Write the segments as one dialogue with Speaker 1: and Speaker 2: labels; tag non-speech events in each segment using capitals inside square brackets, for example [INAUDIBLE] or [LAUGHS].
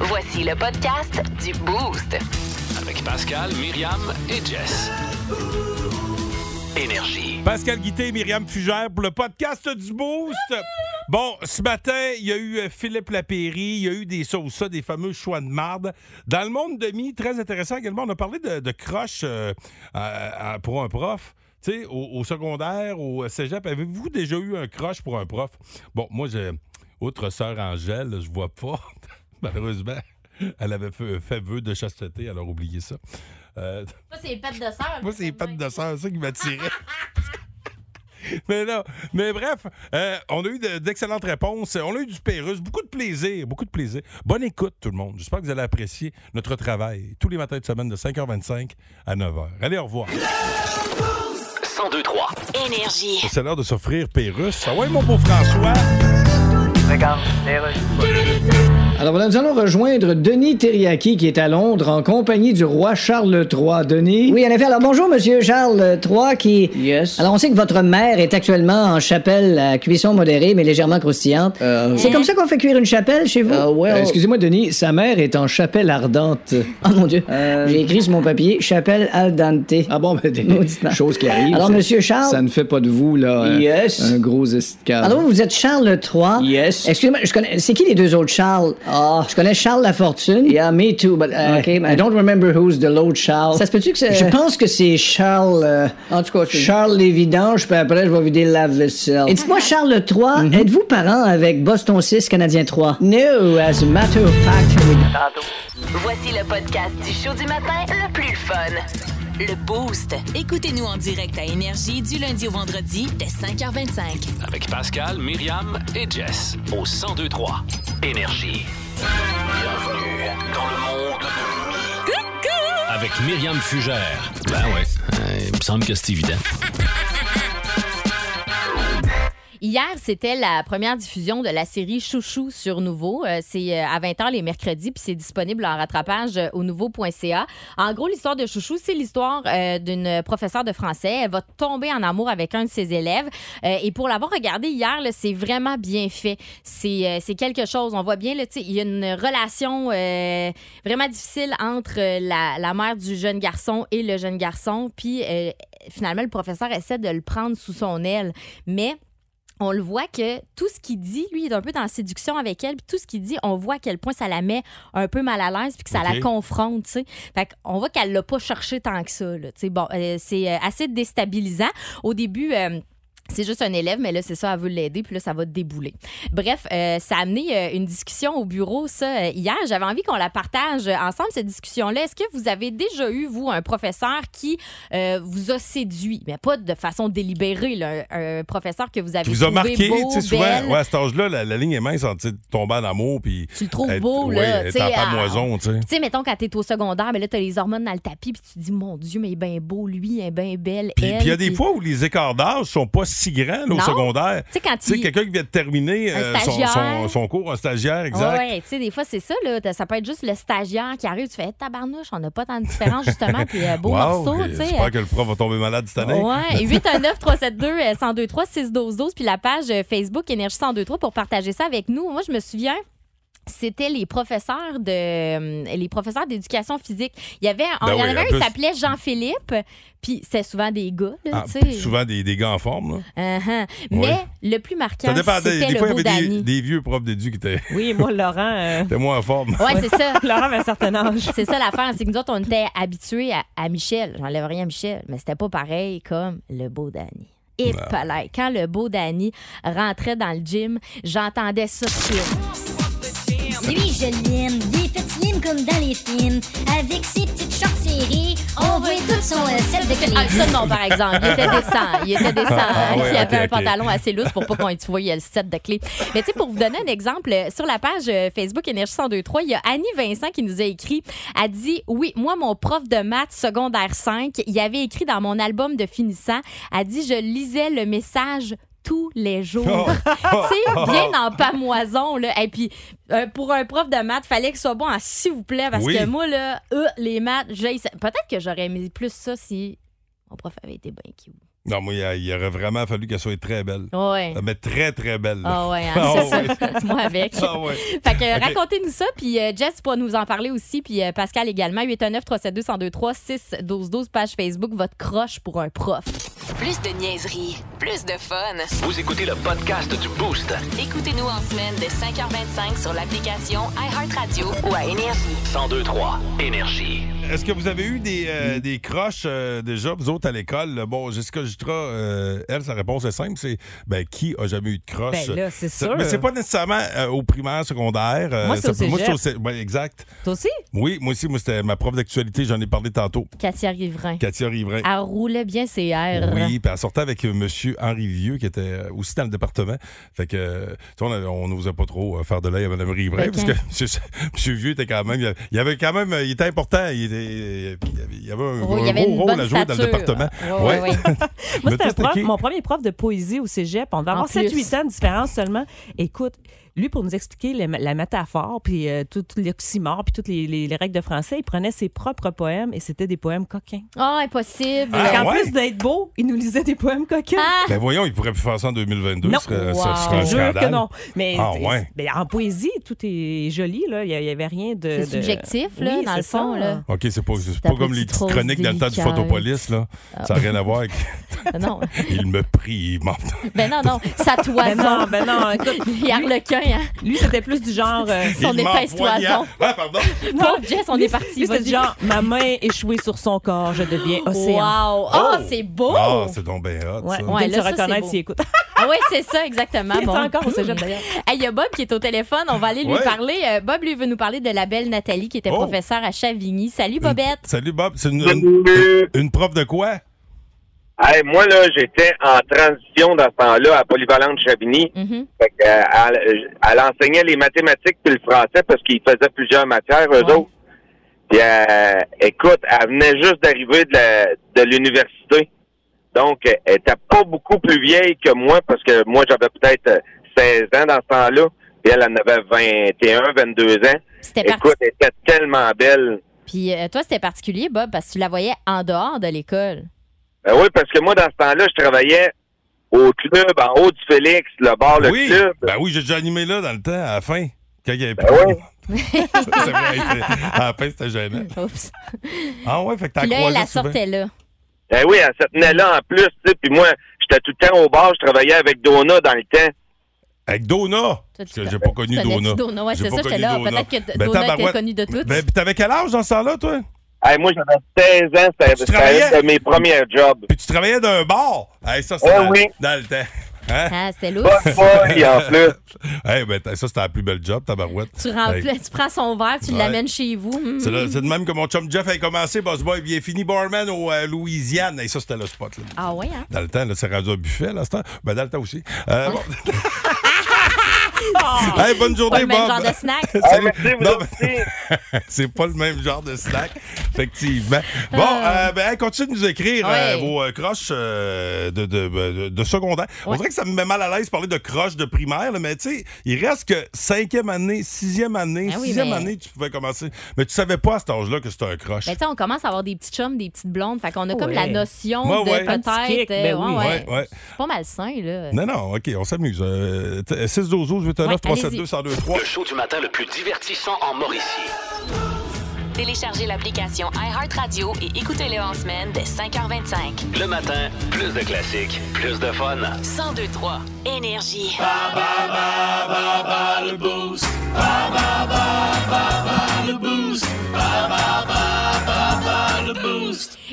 Speaker 1: Voici le podcast du Boost.
Speaker 2: Avec Pascal, Myriam et Jess. Énergie.
Speaker 3: Pascal Guité, Myriam Fugère pour le podcast du Boost. Bon, ce matin, il y a eu euh, Philippe Lapéry, il y a eu des sauces, ça, des fameux choix de marde. Dans le monde de mi, très intéressant également, on a parlé de, de croche euh, à- à- pour un prof. Tu sais, au, au secondaire, au euh, cégep, avez-vous déjà eu un croche pour un prof? Bon, moi, j'ai autre sœur Angèle, je vois pas, [LAUGHS] malheureusement. Elle avait fait, fait vœu de chasteté, alors oubliez ça. Euh,
Speaker 4: Moi, c'est les pattes de sœur.
Speaker 3: [LAUGHS] moi, c'est les pattes de sœur, ça qui m'attirait. [LAUGHS] mais non. Mais bref, euh, on a eu de- d'excellentes réponses. On a eu du Pérus. Beaucoup de plaisir. Beaucoup de plaisir. Bonne écoute, tout le monde. J'espère que vous allez apprécier notre travail tous les matins de semaine de 5h25 à 9h. Allez, au revoir.
Speaker 2: 1023.
Speaker 1: Énergie.
Speaker 3: C'est l'heure de s'offrir Pérus. Ah ouais, mon beau François.
Speaker 5: Alors voilà, nous allons rejoindre Denis Terriaki qui est à Londres en compagnie du roi Charles III. Denis.
Speaker 6: Oui, en effet. Alors bonjour, Monsieur Charles III, qui.
Speaker 5: Yes.
Speaker 6: Alors on sait que votre mère est actuellement en chapelle à cuisson modérée mais légèrement croustillante.
Speaker 5: Euh,
Speaker 6: C'est comme ça qu'on fait cuire une chapelle chez vous
Speaker 5: euh, well- Euh, Excusez-moi, Denis, sa mère est en chapelle ardente.
Speaker 6: Oh mon Dieu.
Speaker 5: Euh,
Speaker 6: J'ai écrit sur mon papier chapelle al dente.
Speaker 5: Ah bon, ben, des
Speaker 6: Maudite mère.
Speaker 5: choses qui arrivent.
Speaker 6: Alors,
Speaker 5: ça-
Speaker 6: Monsieur Charles-
Speaker 5: Ça ne fait pas de vous, là, un-
Speaker 6: Yes.
Speaker 5: un gros escale.
Speaker 6: Alors vous êtes Charles III.
Speaker 5: Yes.
Speaker 6: Excusez-moi, je connais. C'est qui les deux autres Charles Ah. Je connais Charles la Fortune.
Speaker 5: Yeah, me too, but uh,
Speaker 6: euh,
Speaker 5: okay,
Speaker 6: I
Speaker 5: I don't remember who's the Lord Charles.
Speaker 6: Ça se peut-tu que c'est.
Speaker 5: Je pense que c'est Charles. euh,
Speaker 6: En tout cas, c'est-
Speaker 5: Charles les vidanges, puis après, je vais vider la vaisselle. Mm-hmm.
Speaker 6: Et dites-moi, Charles III, êtes-vous parent avec Boston 6, Canadien 3?
Speaker 5: No, as a matter of fact, we
Speaker 1: Voici le podcast du show du matin le plus fun.
Speaker 7: Le Boost. Écoutez-nous en direct à Énergie du lundi au vendredi dès 5h25.
Speaker 2: Avec Pascal, Myriam et Jess. Au 1023. Énergie. Bienvenue dans le monde de Mi. Avec Myriam Fugère. Ben ouais. il me semble que c'est évident.
Speaker 4: Hier, c'était la première diffusion de la série Chouchou sur Nouveau. Euh, c'est euh, à 20h les mercredis, puis c'est disponible en rattrapage euh, au nouveau.ca. En gros, l'histoire de Chouchou, c'est l'histoire euh, d'une professeure de français. Elle va tomber en amour avec un de ses élèves. Euh, et pour l'avoir regardé hier, là, c'est vraiment bien fait. C'est euh, c'est quelque chose. On voit bien, là, tu sais, il y a une relation euh, vraiment difficile entre euh, la, la mère du jeune garçon et le jeune garçon. Puis euh, finalement, le professeur essaie de le prendre sous son aile. Mais on le voit que tout ce qu'il dit, lui, il est un peu dans la séduction avec elle, puis tout ce qu'il dit, on voit à quel point ça la met un peu mal à l'aise, puis que ça
Speaker 3: Ok.
Speaker 4: la confronte, tu sais. Fait qu'on voit qu'elle l'a pas cherché tant que ça, là. Tu sais, bon, euh, c'est euh, assez déstabilisant. Au début... euh, c'est juste un élève, mais là, c'est ça, elle veut l'aider, puis là, ça va débouler. Bref, euh, ça a amené euh, une discussion au bureau, ça, euh, hier. J'avais envie qu'on la partage euh, ensemble, cette discussion-là. Est-ce que vous avez déjà eu, vous, un professeur qui euh, vous a séduit, mais pas de façon délibérée, là, un, un professeur que vous avez
Speaker 3: Qui vous a
Speaker 4: trouvé
Speaker 3: marqué,
Speaker 4: beau,
Speaker 3: tu sais, souvent.
Speaker 4: belle.
Speaker 3: Ouais, à cet âge-là, la, la ligne est mince entre tu sais, tomber en amour puis.
Speaker 4: Tu le trouves
Speaker 3: être-
Speaker 4: beau,
Speaker 3: ouais,
Speaker 4: là. tu
Speaker 3: être
Speaker 4: sais,
Speaker 3: en
Speaker 4: à-
Speaker 3: pamoison, tu sais.
Speaker 4: tu sais, mettons, quand t'es au secondaire, mais là, t'as les hormones dans le tapis, puis tu te dis, mon Dieu, mais il est bien beau, lui, il est bien belle,
Speaker 3: Puis
Speaker 4: elle.
Speaker 3: puis il y a des
Speaker 4: puis-
Speaker 3: fois où les écarts d'âge sont pas si grands là, au
Speaker 4: Non.
Speaker 3: secondaire.
Speaker 4: Tu sais, quand
Speaker 3: Tu sais,
Speaker 4: il-
Speaker 3: quelqu'un qui vient de terminer
Speaker 4: Un
Speaker 3: euh, son- son,
Speaker 4: stagiaire.
Speaker 3: son cours, un stagiaire, exact.
Speaker 4: Ouais, tu sais, des fois, c'est ça, là. T'as- Ça peut être juste le stagiaire qui arrive, tu fais, Eh, tabarnouche, on n'a pas tant de différence, justement, puis euh, beau
Speaker 3: [LAUGHS] Wow,
Speaker 4: morceau,
Speaker 3: euh,
Speaker 4: tu sais.
Speaker 3: J'espère que le prof va tomber malade cette année.
Speaker 4: Ouais, 819 372 1023 612 puis la page euh, Facebook Énergie 1023 pour partager ça avec nous. Moi, je me souviens c'était les professeurs de euh, les professeurs d'éducation physique. Il y avait un-
Speaker 3: Ben
Speaker 4: il y en
Speaker 3: oui,
Speaker 4: avait
Speaker 3: en
Speaker 4: un
Speaker 3: plus-
Speaker 4: qui s'appelait Jean-Philippe, puis c'était souvent des gars, là,
Speaker 3: Ah,
Speaker 4: tu
Speaker 3: puis
Speaker 4: sais.
Speaker 3: souvent des, des gars en forme. là.
Speaker 4: Uh-huh. Mais
Speaker 3: Ouais.
Speaker 4: le plus marquant,
Speaker 3: Ça dépend. Des,
Speaker 4: c'était
Speaker 3: des
Speaker 4: le
Speaker 3: fois, il y
Speaker 4: beau
Speaker 3: avait des,
Speaker 4: Danny.
Speaker 3: des vieux profs d'édu qui étaient, [LAUGHS]
Speaker 8: Oui, moi, Laurent, euh,
Speaker 3: étaient moins en forme.
Speaker 4: Ouais, c'est ça.
Speaker 8: [LAUGHS] Laurent avait un certain âge.
Speaker 4: C'est ça l'affaire, c'est que nous autres, on était habitués à, à Michel. J'enlève rien à Michel, mais c'était pas pareil comme le beau Danny. Et palais. Quand le beau Danny rentrait dans le gym, j'entendais ça.
Speaker 9: Lui, je l'aime, il est fait slim comme dans les films. Avec ses petites shorts serrées, on voit tout son euh, set de clés.
Speaker 4: Ah, ça non, par exemple. Il était décent. Il était décent.
Speaker 3: Ah, ouais,
Speaker 4: il avait
Speaker 3: ok,
Speaker 4: un
Speaker 3: ok.
Speaker 4: pantalon assez lousse pour pas qu'on y voyait le set de clés. Mais tu sais, pour vous donner un exemple, euh, sur la page euh, Facebook Énergie 1023, il y a Annie Vincent qui nous a écrit. a dit Oui, moi, mon prof de maths secondaire 5, il avait écrit dans mon album de finissant, a dit Je lisais le message tous les jours.
Speaker 3: Oh,
Speaker 4: [LAUGHS] tu sais, bien en pamoison, là. Et puis, euh, pour un prof de maths, fallait que ce soit bon en s'il vous plaît, parce
Speaker 3: Oui.
Speaker 4: que moi, là, euh, les maths, j'ai... Peut-être que j'aurais aimé plus ça si mon prof avait été bien cute.
Speaker 3: Non, moi, il, a- il aurait vraiment fallu qu'elle soit très belle. Euh,
Speaker 4: Ouais.
Speaker 3: Mais très, très belle. là.
Speaker 4: Ah ouais, hein,
Speaker 3: [LAUGHS] Ah
Speaker 4: c'est
Speaker 3: [LAUGHS] ouais.
Speaker 4: ça. Moi avec.
Speaker 3: Ah ouais.
Speaker 4: Fait que
Speaker 3: Ok.
Speaker 4: racontez-nous ça, puis euh, Jess pourra nous en parler aussi, puis euh, Pascal également, 819-372-1023-6-12-12, page Facebook, votre croche pour un prof.
Speaker 7: Plus de niaiserie, plus de fun.
Speaker 2: Vous écoutez le podcast du Boost.
Speaker 7: Écoutez-nous en semaine de 5h25 sur l'application iHeartRadio ou à Énergie.
Speaker 2: 1023 Énergie.
Speaker 3: Est-ce que vous avez eu des, euh, des croches euh, déjà, vous autres, à l'école? là? Bon, Jessica Jutra, euh, elle, sa réponse est simple, c'est ben, qui a jamais eu de croche?
Speaker 8: Ben là, c'est
Speaker 3: Ça-
Speaker 8: sûr.
Speaker 3: Mais c'est pas nécessairement euh, au primaire, secondaire. euh,
Speaker 8: Moi, c'est
Speaker 3: ça
Speaker 8: au
Speaker 3: peut-
Speaker 8: cégep.
Speaker 3: c'est au cé- ouais, exact.
Speaker 8: Toi aussi?
Speaker 3: Oui, moi aussi, moi, c'était ma prof d'actualité, j'en ai parlé tantôt.
Speaker 4: Katia Riverain.
Speaker 3: Katia Riverain.
Speaker 8: Ah
Speaker 4: Elle roulait bien ses airs.
Speaker 3: Oui, puis elle sortait avec M. Henri Vieux, qui était euh, aussi dans le département. Fait que, euh, tu vois, on n'osait pas trop euh, faire de l'œil à Mme Riverain,
Speaker 4: Ben,
Speaker 3: parce que [LAUGHS] M. Vieux était quand même. Il y avait quand même. euh, Il était important. Il, était- il y avait un,
Speaker 4: Oh, il
Speaker 3: un
Speaker 4: y avait
Speaker 3: gros
Speaker 4: une
Speaker 3: rôle
Speaker 4: bonne
Speaker 3: à jouer dans le
Speaker 4: stature.
Speaker 3: département.
Speaker 4: Ouais, [LAUGHS] ouais,
Speaker 8: Moi,
Speaker 4: ouais.
Speaker 3: Mais
Speaker 8: c'était
Speaker 3: toi,
Speaker 8: un
Speaker 3: c'était
Speaker 8: prof-
Speaker 3: qui?
Speaker 8: mon premier prof de poésie au cégep. On devait
Speaker 4: En
Speaker 8: avoir
Speaker 4: plus.
Speaker 8: 7-8 ans de différence seulement. Écoute, lui, pour nous expliquer le- la métaphore, puis euh, tout l'oxymore, puis toutes les, les- les règles de français, il prenait ses propres poèmes et c'était des poèmes coquins.
Speaker 4: Ah, impossible.
Speaker 3: Ah,
Speaker 8: en
Speaker 3: ouais?
Speaker 8: plus d'être beau, [LAUGHS] il nous lisait des poèmes coquins.
Speaker 4: Ah!
Speaker 3: [LAUGHS] Ben voyons, il pourrait plus faire ça en 2022.
Speaker 8: Non.
Speaker 3: Ce serait, ce
Speaker 4: Wow.
Speaker 3: serait un
Speaker 8: Je jure
Speaker 3: scandale.
Speaker 8: que non. Mais
Speaker 3: Ah,
Speaker 8: c'est-
Speaker 3: ouais.
Speaker 8: ben, en poésie, tout est joli. là. Il n'y avait rien de.
Speaker 4: C'est
Speaker 8: de-
Speaker 4: subjectif, là,
Speaker 8: Oui,
Speaker 4: dans le
Speaker 8: c'est
Speaker 4: fond,
Speaker 8: ça.
Speaker 4: là.
Speaker 3: OK, c'est pas, c'est
Speaker 4: C'est
Speaker 3: pas
Speaker 4: un
Speaker 3: comme
Speaker 4: petit
Speaker 3: les petites
Speaker 4: rose
Speaker 3: chroniques dans le temps du
Speaker 4: délicate.
Speaker 3: photopolis, là.
Speaker 4: Ah.
Speaker 3: Ça n'a
Speaker 4: [LAUGHS]
Speaker 3: rien à voir avec.
Speaker 4: Non.
Speaker 3: Il me prie, il m'entend.
Speaker 4: Ben non, non.
Speaker 8: [LAUGHS]
Speaker 4: Sa
Speaker 8: Ben non,
Speaker 4: toison.
Speaker 8: ben non, écoute,
Speaker 4: [LAUGHS] Il harlequin, hein.
Speaker 8: lui, c'était plus du genre.
Speaker 4: [LAUGHS]
Speaker 8: euh,
Speaker 4: Son
Speaker 3: Il
Speaker 4: épaisse
Speaker 3: m'empoigna-
Speaker 4: toison.
Speaker 3: [LAUGHS] Ah, pardon.
Speaker 8: [LAUGHS]
Speaker 4: Pauvre Jess, on
Speaker 8: Lui,
Speaker 4: est parti.
Speaker 8: lui, C'était du genre, ma main échouée sur son corps, je deviens océan.
Speaker 4: Wow! Oh, c'est beau!
Speaker 3: Ah, c'est donc bien hot,
Speaker 8: Ouais,
Speaker 3: ça.
Speaker 8: on vient de
Speaker 4: là,
Speaker 8: se
Speaker 4: ça, c'est
Speaker 8: reconnaître
Speaker 4: beau.
Speaker 8: s'il écoute.
Speaker 4: Ah ouais, c'est ça, exactement.
Speaker 8: Il est
Speaker 4: Bon.
Speaker 8: encore au cégep, d'ailleurs.
Speaker 4: [LAUGHS] Hey, Il y a Bob qui est au téléphone. On va aller lui
Speaker 3: Ouais.
Speaker 4: parler. Euh, Bob, lui, veut nous parler de la belle Nathalie qui était
Speaker 3: Oh. Mm.
Speaker 4: professeure à Chavigny. Salut, Bobette.
Speaker 3: Salut Bob, c'est une, une, une prof de quoi?
Speaker 10: Hey, moi, là, j'étais en transition dans ce temps-là à Polyvalente Chavigny.
Speaker 4: Mhm.
Speaker 10: Fait que, euh, elle, elle enseignait les mathématiques puis le français parce qu'ils faisaient plusieurs matières, eux
Speaker 4: Ouais.
Speaker 10: autres. Puis, euh, écoute, elle venait juste d'arriver de, la- de l'université. Donc, euh, elle était pas beaucoup plus vieille que moi parce que moi, j'avais peut-être euh, 16 ans dans ce temps-là. Puis elle en avait 21, 22 ans.
Speaker 4: C'était parti-
Speaker 10: Écoute, elle était tellement belle.
Speaker 4: Puis euh, toi, c'était particulier, Bob, parce que tu la voyais en dehors de l'école.
Speaker 10: Ben oui, parce que moi, dans ce temps-là, je travaillais au club, en haut du Félix, le bar, le
Speaker 3: oui,
Speaker 10: club.
Speaker 3: ben oui, j'ai déjà animé là dans le temps, à la fin. Quand il y avait plus
Speaker 10: Ben
Speaker 3: de- [LAUGHS] C'est vrai, c'était- à la fin, c'était gênant.
Speaker 4: Oups.
Speaker 3: Ah ouais, fait que t'as
Speaker 4: Puis là, elle
Speaker 3: croisé
Speaker 4: la
Speaker 3: souvent.
Speaker 4: sortait là.
Speaker 10: Ben oui, elle se tenait là en plus, tu sais. Puis moi, j'étais tout le temps au bar, je travaillais avec Dona dans le temps.
Speaker 3: Avec Dona. Parce que j'ai pas connu
Speaker 4: Tu connais-tu
Speaker 3: Dona.
Speaker 4: Dona? Ouais,
Speaker 3: J'ai
Speaker 4: c'est
Speaker 3: pas
Speaker 4: ça, j'étais
Speaker 3: connu
Speaker 4: là.
Speaker 3: Dona.
Speaker 4: Peut-être que
Speaker 3: Ben,
Speaker 4: Dona était
Speaker 3: tabarouette.
Speaker 4: connue de toutes.
Speaker 3: Ben, puis t'avais quel âge dans ce temps-là, toi?
Speaker 10: Hey, moi, j'avais 16 ans, c'était- c'était
Speaker 3: travaillais?
Speaker 10: un de mes premiers jobs.
Speaker 3: Puis tu travaillais dans un bar. Hey, ça, c'est
Speaker 10: Ouais,
Speaker 3: dans,
Speaker 10: oui.
Speaker 3: dans le temps. Hein?
Speaker 4: Ah, c'est lousse.
Speaker 10: Pas de boy, en plus.
Speaker 3: [LAUGHS] Hey, ben, t'as- ça, c'était la plus belle job, tabarouette.
Speaker 4: Tu,
Speaker 3: Hey.
Speaker 4: remplis, tu prends son verre, tu
Speaker 3: Ouais.
Speaker 4: l'amènes chez vous. Hmm.
Speaker 3: C'est là- c'est de même que mon chum Jeff a commencé, Boss Boy, puis il est fini barman au euh, Louisiane. Et ça, c'était le spot. Là.
Speaker 4: Ah ouais, hein?
Speaker 3: Dans le temps, là, c'est rendu un buffet, là, ce temps. Ben, dans le temps aussi. Euh,
Speaker 4: Ah.
Speaker 3: bon. [LAUGHS] Hey, bonne
Speaker 4: Pas
Speaker 3: journée,
Speaker 4: le même
Speaker 3: Bob.
Speaker 4: genre de snack.
Speaker 3: [LAUGHS]
Speaker 10: Hey,
Speaker 3: Salut.
Speaker 10: merci, vous
Speaker 3: Non,
Speaker 10: aussi.
Speaker 3: mais- [LAUGHS] c'est pas le même genre de snack, effectivement. Bon, euh, ben, hey, continue de nous écrire
Speaker 4: Ah. Ouais.
Speaker 3: euh, vos euh, croches euh, de, de, de- de secondaire. On
Speaker 4: Ouais.
Speaker 3: dirait que ça me met mal à l'aise de parler de croches de primaire, là, mais tu sais, il reste que cinquième année, sixième année,
Speaker 4: Ah oui,
Speaker 3: sixième
Speaker 4: mais-
Speaker 3: année, tu pouvais commencer. Mais tu savais pas à cet âge-là que c'était un croche.
Speaker 4: Ben, tu sais, on commence à avoir des petits chums, des petites blondes. Fait qu'on a Ben, comme
Speaker 8: Ouais.
Speaker 4: la notion
Speaker 3: Ouais, ouais.
Speaker 4: de
Speaker 3: Un
Speaker 8: petit kick,
Speaker 4: peut-être. euh,
Speaker 8: ben oui.
Speaker 4: ouais, ouais.
Speaker 3: Ouais, ouais.
Speaker 4: C'est pas malsain, là.
Speaker 3: Non, non, OK, on s'amuse. Euh, t- 6 12 12 8
Speaker 4: Ouais,
Speaker 3: 9 3 7
Speaker 4: allez-y.
Speaker 3: 2 102 3.
Speaker 2: Le show du matin le plus divertissant en Mauricie.
Speaker 7: Téléchargez l'application iHeartRadio et écoutez-le en semaine dès 5h25.
Speaker 2: Le matin, plus de classiques, plus de fun.
Speaker 7: 1023 Énergie.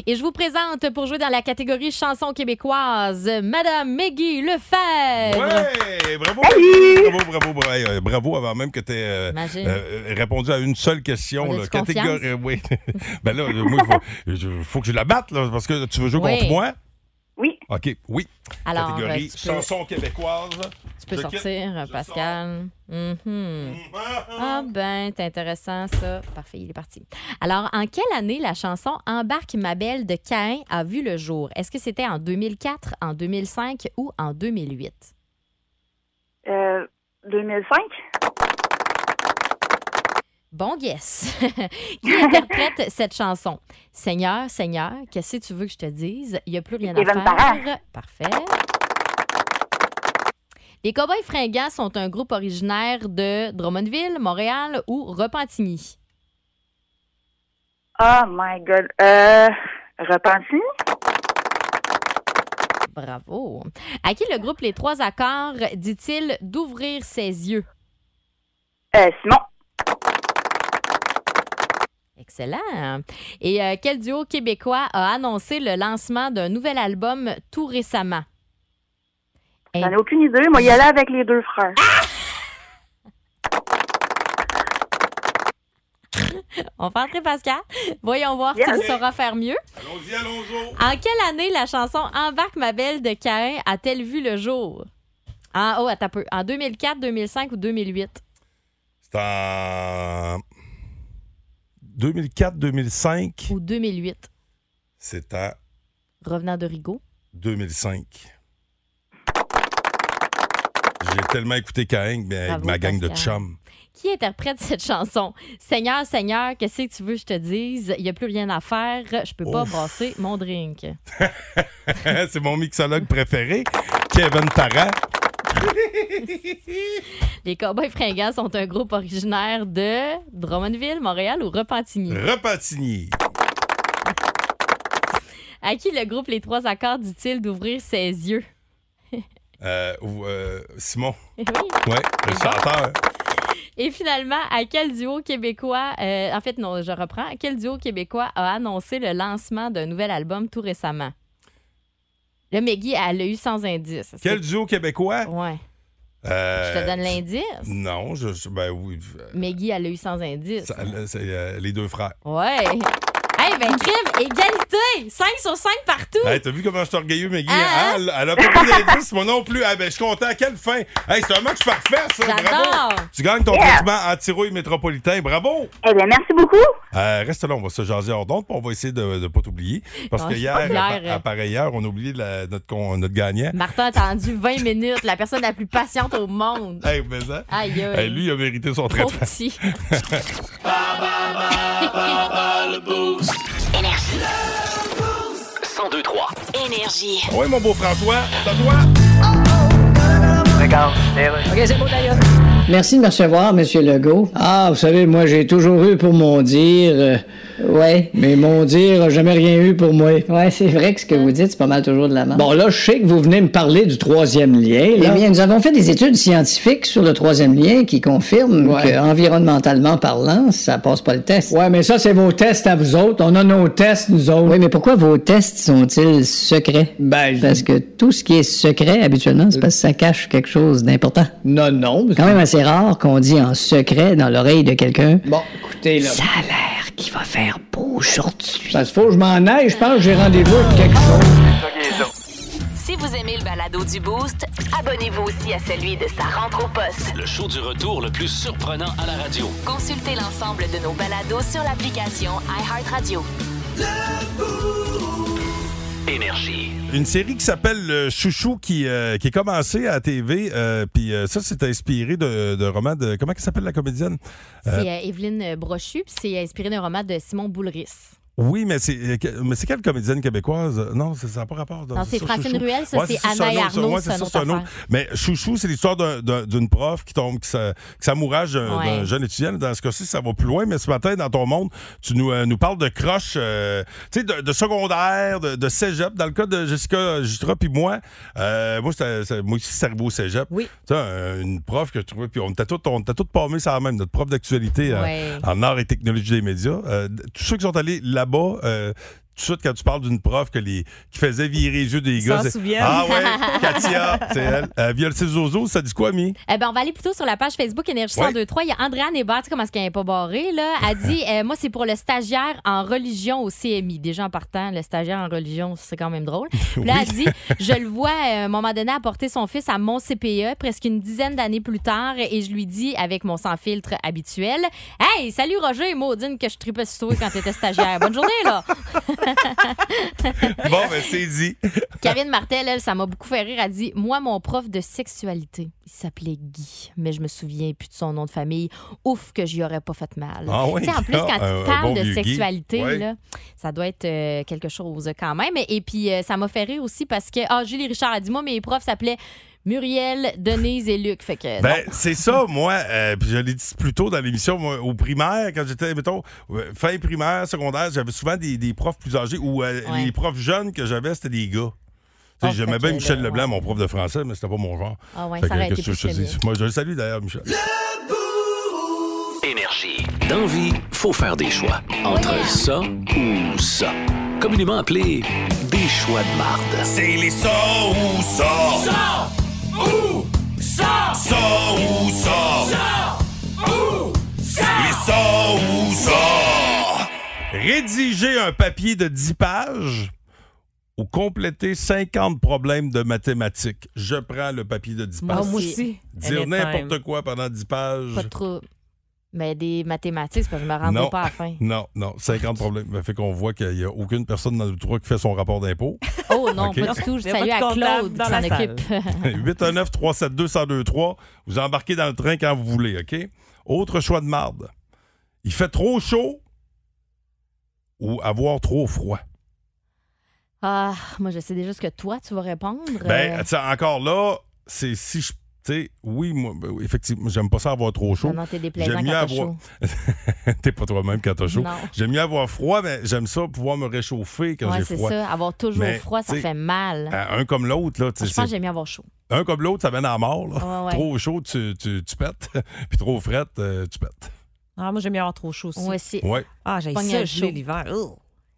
Speaker 4: Et je vous présente pour jouer dans la catégorie chanson québécoise, Madame Maggie Lefebvre.
Speaker 3: Ouais, Eh, bravo, bravo, bravo, bravo, Hey, euh, bravo avant même que tu aies
Speaker 4: Imagine.
Speaker 3: répondu à une seule question.
Speaker 4: On
Speaker 3: là.
Speaker 4: a-tu confiance?
Speaker 3: euh, oui. [LAUGHS] ben là, euh, moi, il faut, je- faut que je la batte, là, parce que tu veux jouer
Speaker 4: Oui.
Speaker 3: contre moi?
Speaker 9: Oui.
Speaker 3: OK, oui.
Speaker 4: Alors,
Speaker 3: Catégorie
Speaker 4: euh, tu peux-
Speaker 3: chanson québécoise.
Speaker 4: Tu peux
Speaker 3: Je
Speaker 4: sortir,
Speaker 3: quitte. Je
Speaker 4: Pascal. Mhm.
Speaker 3: Ah, ah.
Speaker 4: Ah ben, c'est intéressant ça. Parfait, il est parti. Alors, en quelle année la chanson Embarque ma belle de Caïn a vu le jour? Est-ce que c'était en 2004, en 2005 ou en 2008?
Speaker 9: Euh, 2005?
Speaker 4: Bon guess. [LAUGHS] Qui interprète cette chanson? Seigneur, Seigneur, qu'est-ce que tu veux que je te dise? Il n'y a plus rien à
Speaker 11: Kevin
Speaker 4: faire.
Speaker 11: Parent.
Speaker 4: Parfait. Les Cowboys fringants sont un groupe originaire de Drummondville, Montréal ou Repentigny.
Speaker 11: Oh my God. Euh, Repentini?
Speaker 4: Bravo. À qui le groupe Les Trois Accords dit-il d'ouvrir ses yeux?
Speaker 11: Euh, Simon.
Speaker 4: Excellent. Et euh, quel duo québécois a annoncé le lancement d'un nouvel album tout récemment?
Speaker 11: J'en ai aucune idée. Moi, y allais avec les deux frères.
Speaker 4: On va entrer Pascal. Voyons voir
Speaker 11: Yes.
Speaker 4: s'il saura faire mieux.
Speaker 3: Allons-y, allons-y.
Speaker 4: En quelle année la chanson Embarque ma belle de Caïn a-t-elle vu le jour? En, oh, attends un peu. En 2004, 2005 ou 2008?
Speaker 3: C'est en 2004-2005.
Speaker 4: Ou 2008,
Speaker 3: C'est en
Speaker 4: revenant de Rigaud.
Speaker 3: 2005. J'ai tellement écouté Caïn mais avec
Speaker 4: Bravo,
Speaker 3: ma gang de
Speaker 4: Pascal.
Speaker 3: chums.
Speaker 4: Qui interprète [LAUGHS] cette chanson? Seigneur, Seigneur, qu'est-ce que tu veux que je te dise? Il n'y a plus rien à faire. Je peux pas
Speaker 3: Ouf.
Speaker 4: brasser mon drink. [LAUGHS]
Speaker 3: [LAUGHS] C'est mon mixologue préféré, Kevin Parent.
Speaker 4: Les Cowboys fringants sont un groupe originaire de Drummondville, Montréal ou Repentigny.
Speaker 3: Repentigny.
Speaker 4: À qui le groupe Les Trois Accords dit-il d'ouvrir ses yeux?
Speaker 3: Euh, ou, euh, Simon.
Speaker 4: Eh Oui.
Speaker 3: Ouais, le chanteur.
Speaker 4: Et finalement, à quel duo québécois, euh, en fait, non, je reprends, quel duo québécois a annoncé le lancement d'un nouvel album tout récemment? Là, Meggy, elle l'a eu sans indice.
Speaker 3: Quel duo québécois?
Speaker 4: Ouais.
Speaker 3: Euh,
Speaker 4: Je te donne l'indice.
Speaker 3: Non, je, je- ben oui. euh,
Speaker 4: Meggy, elle l'a eu sans indice.
Speaker 3: ça, là, c'est euh, les deux frères.
Speaker 4: Ouais. Hey, ben, crime, égalité! 5 sur 5 partout!
Speaker 3: Hey, t'as vu comment je suis orgueilleux, mais Guy? hein? Elle, elle a pas pris d'indice, moi non plus. Ah, ben, je suis content. Quelle fin! Hey, c'est un match parfait, ça.
Speaker 11: J'adore.
Speaker 3: Bravo! Tu gagnes ton
Speaker 11: Yeah.
Speaker 3: traitement anti-rouille métropolitain. Bravo!
Speaker 11: Eh bien, merci beaucoup.
Speaker 3: Euh, reste là, on va se jaser hors d'onde, puis on va essayer de ne pas t'oublier. Parce
Speaker 4: Non,
Speaker 3: que
Speaker 4: c'est
Speaker 3: hier,
Speaker 4: Ah, pas
Speaker 3: à,
Speaker 4: clair.
Speaker 3: pa- à pareille heure, on a oublié la- notre, con- notre gagnant.
Speaker 4: Martin a attendu 20 minutes, la personne la plus patiente au monde.
Speaker 3: Hey, mais ça.
Speaker 4: Aïe, aïe.
Speaker 3: Hey, lui, il a mérité son
Speaker 4: Trop
Speaker 3: traitement.
Speaker 4: petit.
Speaker 2: le boost. Énergie. 1023. Énergie.
Speaker 3: Oui, mon beau François, c'est à toi.
Speaker 12: Regarde,
Speaker 6: OK, c'est beau, d'ailleurs. Merci de me recevoir, Monsieur Legault. Ah, vous savez, moi, j'ai toujours eu pour mon dire. euh, ouais. Mais mon dire a jamais rien eu pour moi. Ouais, c'est vrai que ce que vous dites, c'est pas mal toujours de la merde.
Speaker 5: Bon, là, je sais que vous venez me parler du troisième lien.
Speaker 6: Eh
Speaker 5: Là.
Speaker 6: bien, nous avons fait des études scientifiques sur le troisième lien qui confirment
Speaker 5: Ouais.
Speaker 6: que, environnementalement parlant, ça passe pas le test.
Speaker 5: Ouais, mais ça, c'est vos tests à vous autres. On a nos tests, nous autres.
Speaker 6: Oui, mais pourquoi vos tests sont-ils secrets?
Speaker 5: Ben,
Speaker 6: Parce que tout ce qui est secret, habituellement, c'est parce que ça cache quelque chose d'important.
Speaker 5: Non, non.
Speaker 6: C'est quand même assez rare qu'on dit en secret dans l'oreille de quelqu'un.
Speaker 5: Bon, écoutez, là.
Speaker 6: Ça a l'air qu'il va faire beau aujourd'hui.
Speaker 5: Parce qu'il Ben, faut que je m'en aille. Je pense que j'ai rendez-vous avec quelque chose.
Speaker 1: Si vous aimez le balado du Boost, abonnez-vous aussi à celui de sa rentre au poste.
Speaker 2: Le show du retour le plus surprenant à la radio.
Speaker 1: Consultez l'ensemble de nos balados sur l'application iHeartRadio.
Speaker 2: Énergie.
Speaker 3: [LAUGHS] Une série qui s'appelle euh, Chouchou qui, euh, qui est commencée à la TV. euh, Puis euh, ça, c'est inspiré de, de romans de. Comment elle s'appelle la comédienne?
Speaker 4: C'est
Speaker 3: Euh,
Speaker 4: euh, Evelyne Brochu, puis c'est euh, inspiré d'un roman de Simon Boulris.
Speaker 3: Oui, mais c'est euh, que- mais c'est quelle comédienne québécoise? Non, ça n'a pas rapport.
Speaker 4: Non, c'est
Speaker 3: sur
Speaker 4: Francine
Speaker 3: Chouchou.
Speaker 4: Ruel, ça, c'est
Speaker 3: ça,
Speaker 4: Anna et
Speaker 3: un autre, ça,
Speaker 4: Arnaud,
Speaker 3: ouais,
Speaker 4: c'est un
Speaker 3: ça,
Speaker 4: autre affaire.
Speaker 3: Mais Chouchou, c'est l'histoire d'un- d'un- d'une prof qui tombe, qui s'a- qui s'amourage d'un
Speaker 4: Ouais.
Speaker 3: d'un jeune étudiant. Dans ce cas-ci, ça va plus loin, mais ce matin, dans ton monde, tu nous, euh, nous parles de croche, euh, tu sais, de, de secondaire, de, de cégep. Dans le cas de Jessica Jutra puis moi, euh, moi, c'était- c'est- moi aussi, c'est arrivé au cégep. Tu sais, un- une prof que je trouvais, puis on était tous on était toutes palmés sur la même, notre prof d'actualité euh,
Speaker 4: Ouais.
Speaker 3: en art et technologie des médias. Euh, d- tous ceux qui sont allés là-bas, euh, tout de suite, quand tu parles d'une prof que les, qui faisait virer les yeux des
Speaker 4: Ils
Speaker 3: gars,
Speaker 4: s'en
Speaker 3: c'est-
Speaker 4: souviennent. [LAUGHS]
Speaker 3: Ah ouais, Katia, c'est elle. Euh, Viol Zozo, ça dit quoi, Mi?
Speaker 4: Eh ben, on va aller plutôt sur la page Facebook Énergie
Speaker 3: Ouais.
Speaker 4: 1023. Il y a Andréane Hébert, tu sais comment est-ce qu'elle n'est pas barrée, là. Elle dit euh, Moi, c'est pour le stagiaire en religion au CMI. Déjà en partant, le stagiaire en religion, c'est quand même drôle. Puis là,
Speaker 11: Oui.
Speaker 4: elle dit Je le vois euh, à un moment donné apporter son fils à mon CPE presque une dizaine d'années plus tard et je lui dis, avec mon sans-filtre habituel Hey, salut Roger, Maudine, que je tripais sur toi quand t'étais stagiaire. Bonne journée, là.
Speaker 3: Bon, ben c'est dit.
Speaker 4: Karine Martel, elle, ça m'a beaucoup fait rire. Elle dit Moi, mon prof de sexualité, il s'appelait Guy, mais je me souviens plus de son nom de famille. Ouf, que j'y aurais pas fait mal.
Speaker 3: Ah oui,
Speaker 4: Tu sais, en plus,
Speaker 3: ah,
Speaker 4: quand tu
Speaker 3: un- un
Speaker 4: parles
Speaker 3: bon
Speaker 4: de
Speaker 3: vieux Guy.
Speaker 4: sexualité,
Speaker 3: Ouais.
Speaker 4: là, ça doit être euh, quelque chose quand même. Et puis, euh, ça m'a fait rire aussi parce que ah, Julie Richard a dit Moi, mes profs s'appelaient Muriel, Denise et Luc. Fait que.
Speaker 3: Ben,
Speaker 4: non.
Speaker 3: c'est ça, moi, euh, puis je l'ai dit plus tôt dans l'émission, moi, au primaire, quand j'étais, mettons, euh, fin primaire, secondaire, j'avais souvent des, des profs plus âgés ou euh,
Speaker 4: Ouais. Oh,
Speaker 3: les profs jeunes que j'avais, c'était des gars. Tu sais, J'aimais bien Michel Leblanc, mon prof de français, mais c'était pas mon genre.
Speaker 4: Ah ouais,
Speaker 3: Fait
Speaker 4: ça
Speaker 3: que,
Speaker 4: aurait
Speaker 3: qu'est-ce
Speaker 4: été
Speaker 3: que je
Speaker 4: plus
Speaker 3: te dis?
Speaker 4: le
Speaker 3: Moi, je le salue d'ailleurs, Michel.
Speaker 2: Énergie. Dans vie, faut faire des choix. Entre ça ou ça. Communément appelé des choix de marde.
Speaker 3: C'est les ça ou
Speaker 12: Ça ou ça.
Speaker 3: Ça ou ça.
Speaker 12: Ça ou
Speaker 3: ou
Speaker 12: ça.
Speaker 3: ça. Rédiger un papier de 10 pages ou compléter 50 problèmes de mathématiques. Je prends le papier de 10
Speaker 4: Moi
Speaker 3: pages.
Speaker 4: aussi.
Speaker 3: Dire
Speaker 4: Anytime.
Speaker 3: n'importe quoi pendant 10 pages.
Speaker 4: Pas de trouble. Mais des mathématiques, c'est parce que je me
Speaker 3: Non.
Speaker 4: rendais pas à la
Speaker 3: [LAUGHS]
Speaker 4: fin.
Speaker 3: Non, non, 50 problèmes. Ça fait qu'on voit qu'il n'y a aucune personne dans le trois qui fait son rapport
Speaker 4: [LAUGHS]
Speaker 3: d'impôt.
Speaker 4: Oh non,
Speaker 3: Ok.
Speaker 4: pas du tout. Je
Speaker 8: Il y a pas
Speaker 4: salue
Speaker 8: de
Speaker 4: à
Speaker 8: comptable
Speaker 4: Claude
Speaker 8: dans
Speaker 4: qui
Speaker 8: la
Speaker 4: s'en
Speaker 8: salle.
Speaker 4: occupe.
Speaker 3: [LAUGHS] 819 372 1023 Vous embarquez dans le train quand vous voulez, OK? Autre choix de marde. Il fait trop chaud ou avoir trop froid.
Speaker 4: Ah, moi, je sais déjà ce que toi, tu vas répondre.
Speaker 3: Ben,
Speaker 4: Euh,
Speaker 3: tu sais, encore là, c'est si je. Tu sais, oui, moi, ben oui, effectivement, j'aime pas ça avoir trop chaud.
Speaker 4: non, t'es déplaisant
Speaker 3: J'aime mieux
Speaker 4: quand t'as
Speaker 3: avoir- [LAUGHS] t'es pas toi-même quand t'as chaud.
Speaker 4: Non.
Speaker 3: J'aime mieux avoir froid, mais j'aime ça pouvoir me réchauffer quand
Speaker 4: ouais,
Speaker 3: j'ai
Speaker 4: c'est
Speaker 3: froid.
Speaker 4: ça. Avoir toujours
Speaker 3: Mais,
Speaker 4: froid, ça
Speaker 3: tu sais,
Speaker 4: fait mal.
Speaker 3: à un comme l'autre, là. tu sais,
Speaker 4: je pense que
Speaker 3: c'est-
Speaker 4: j'aime mieux avoir chaud.
Speaker 3: Un comme l'autre, ça mène à la mort. là.
Speaker 4: Ouais, ouais.
Speaker 3: Trop chaud, tu, tu, tu pètes. [LAUGHS] Puis trop frette, euh, tu pètes.
Speaker 8: Ah, moi, j'aime mieux avoir trop chaud aussi.
Speaker 4: Moi aussi.
Speaker 3: Ouais.
Speaker 8: Ah, j'ai
Speaker 4: Pogne
Speaker 8: ça
Speaker 4: le
Speaker 8: gelé
Speaker 4: chaud.
Speaker 8: l'hiver. Ugh.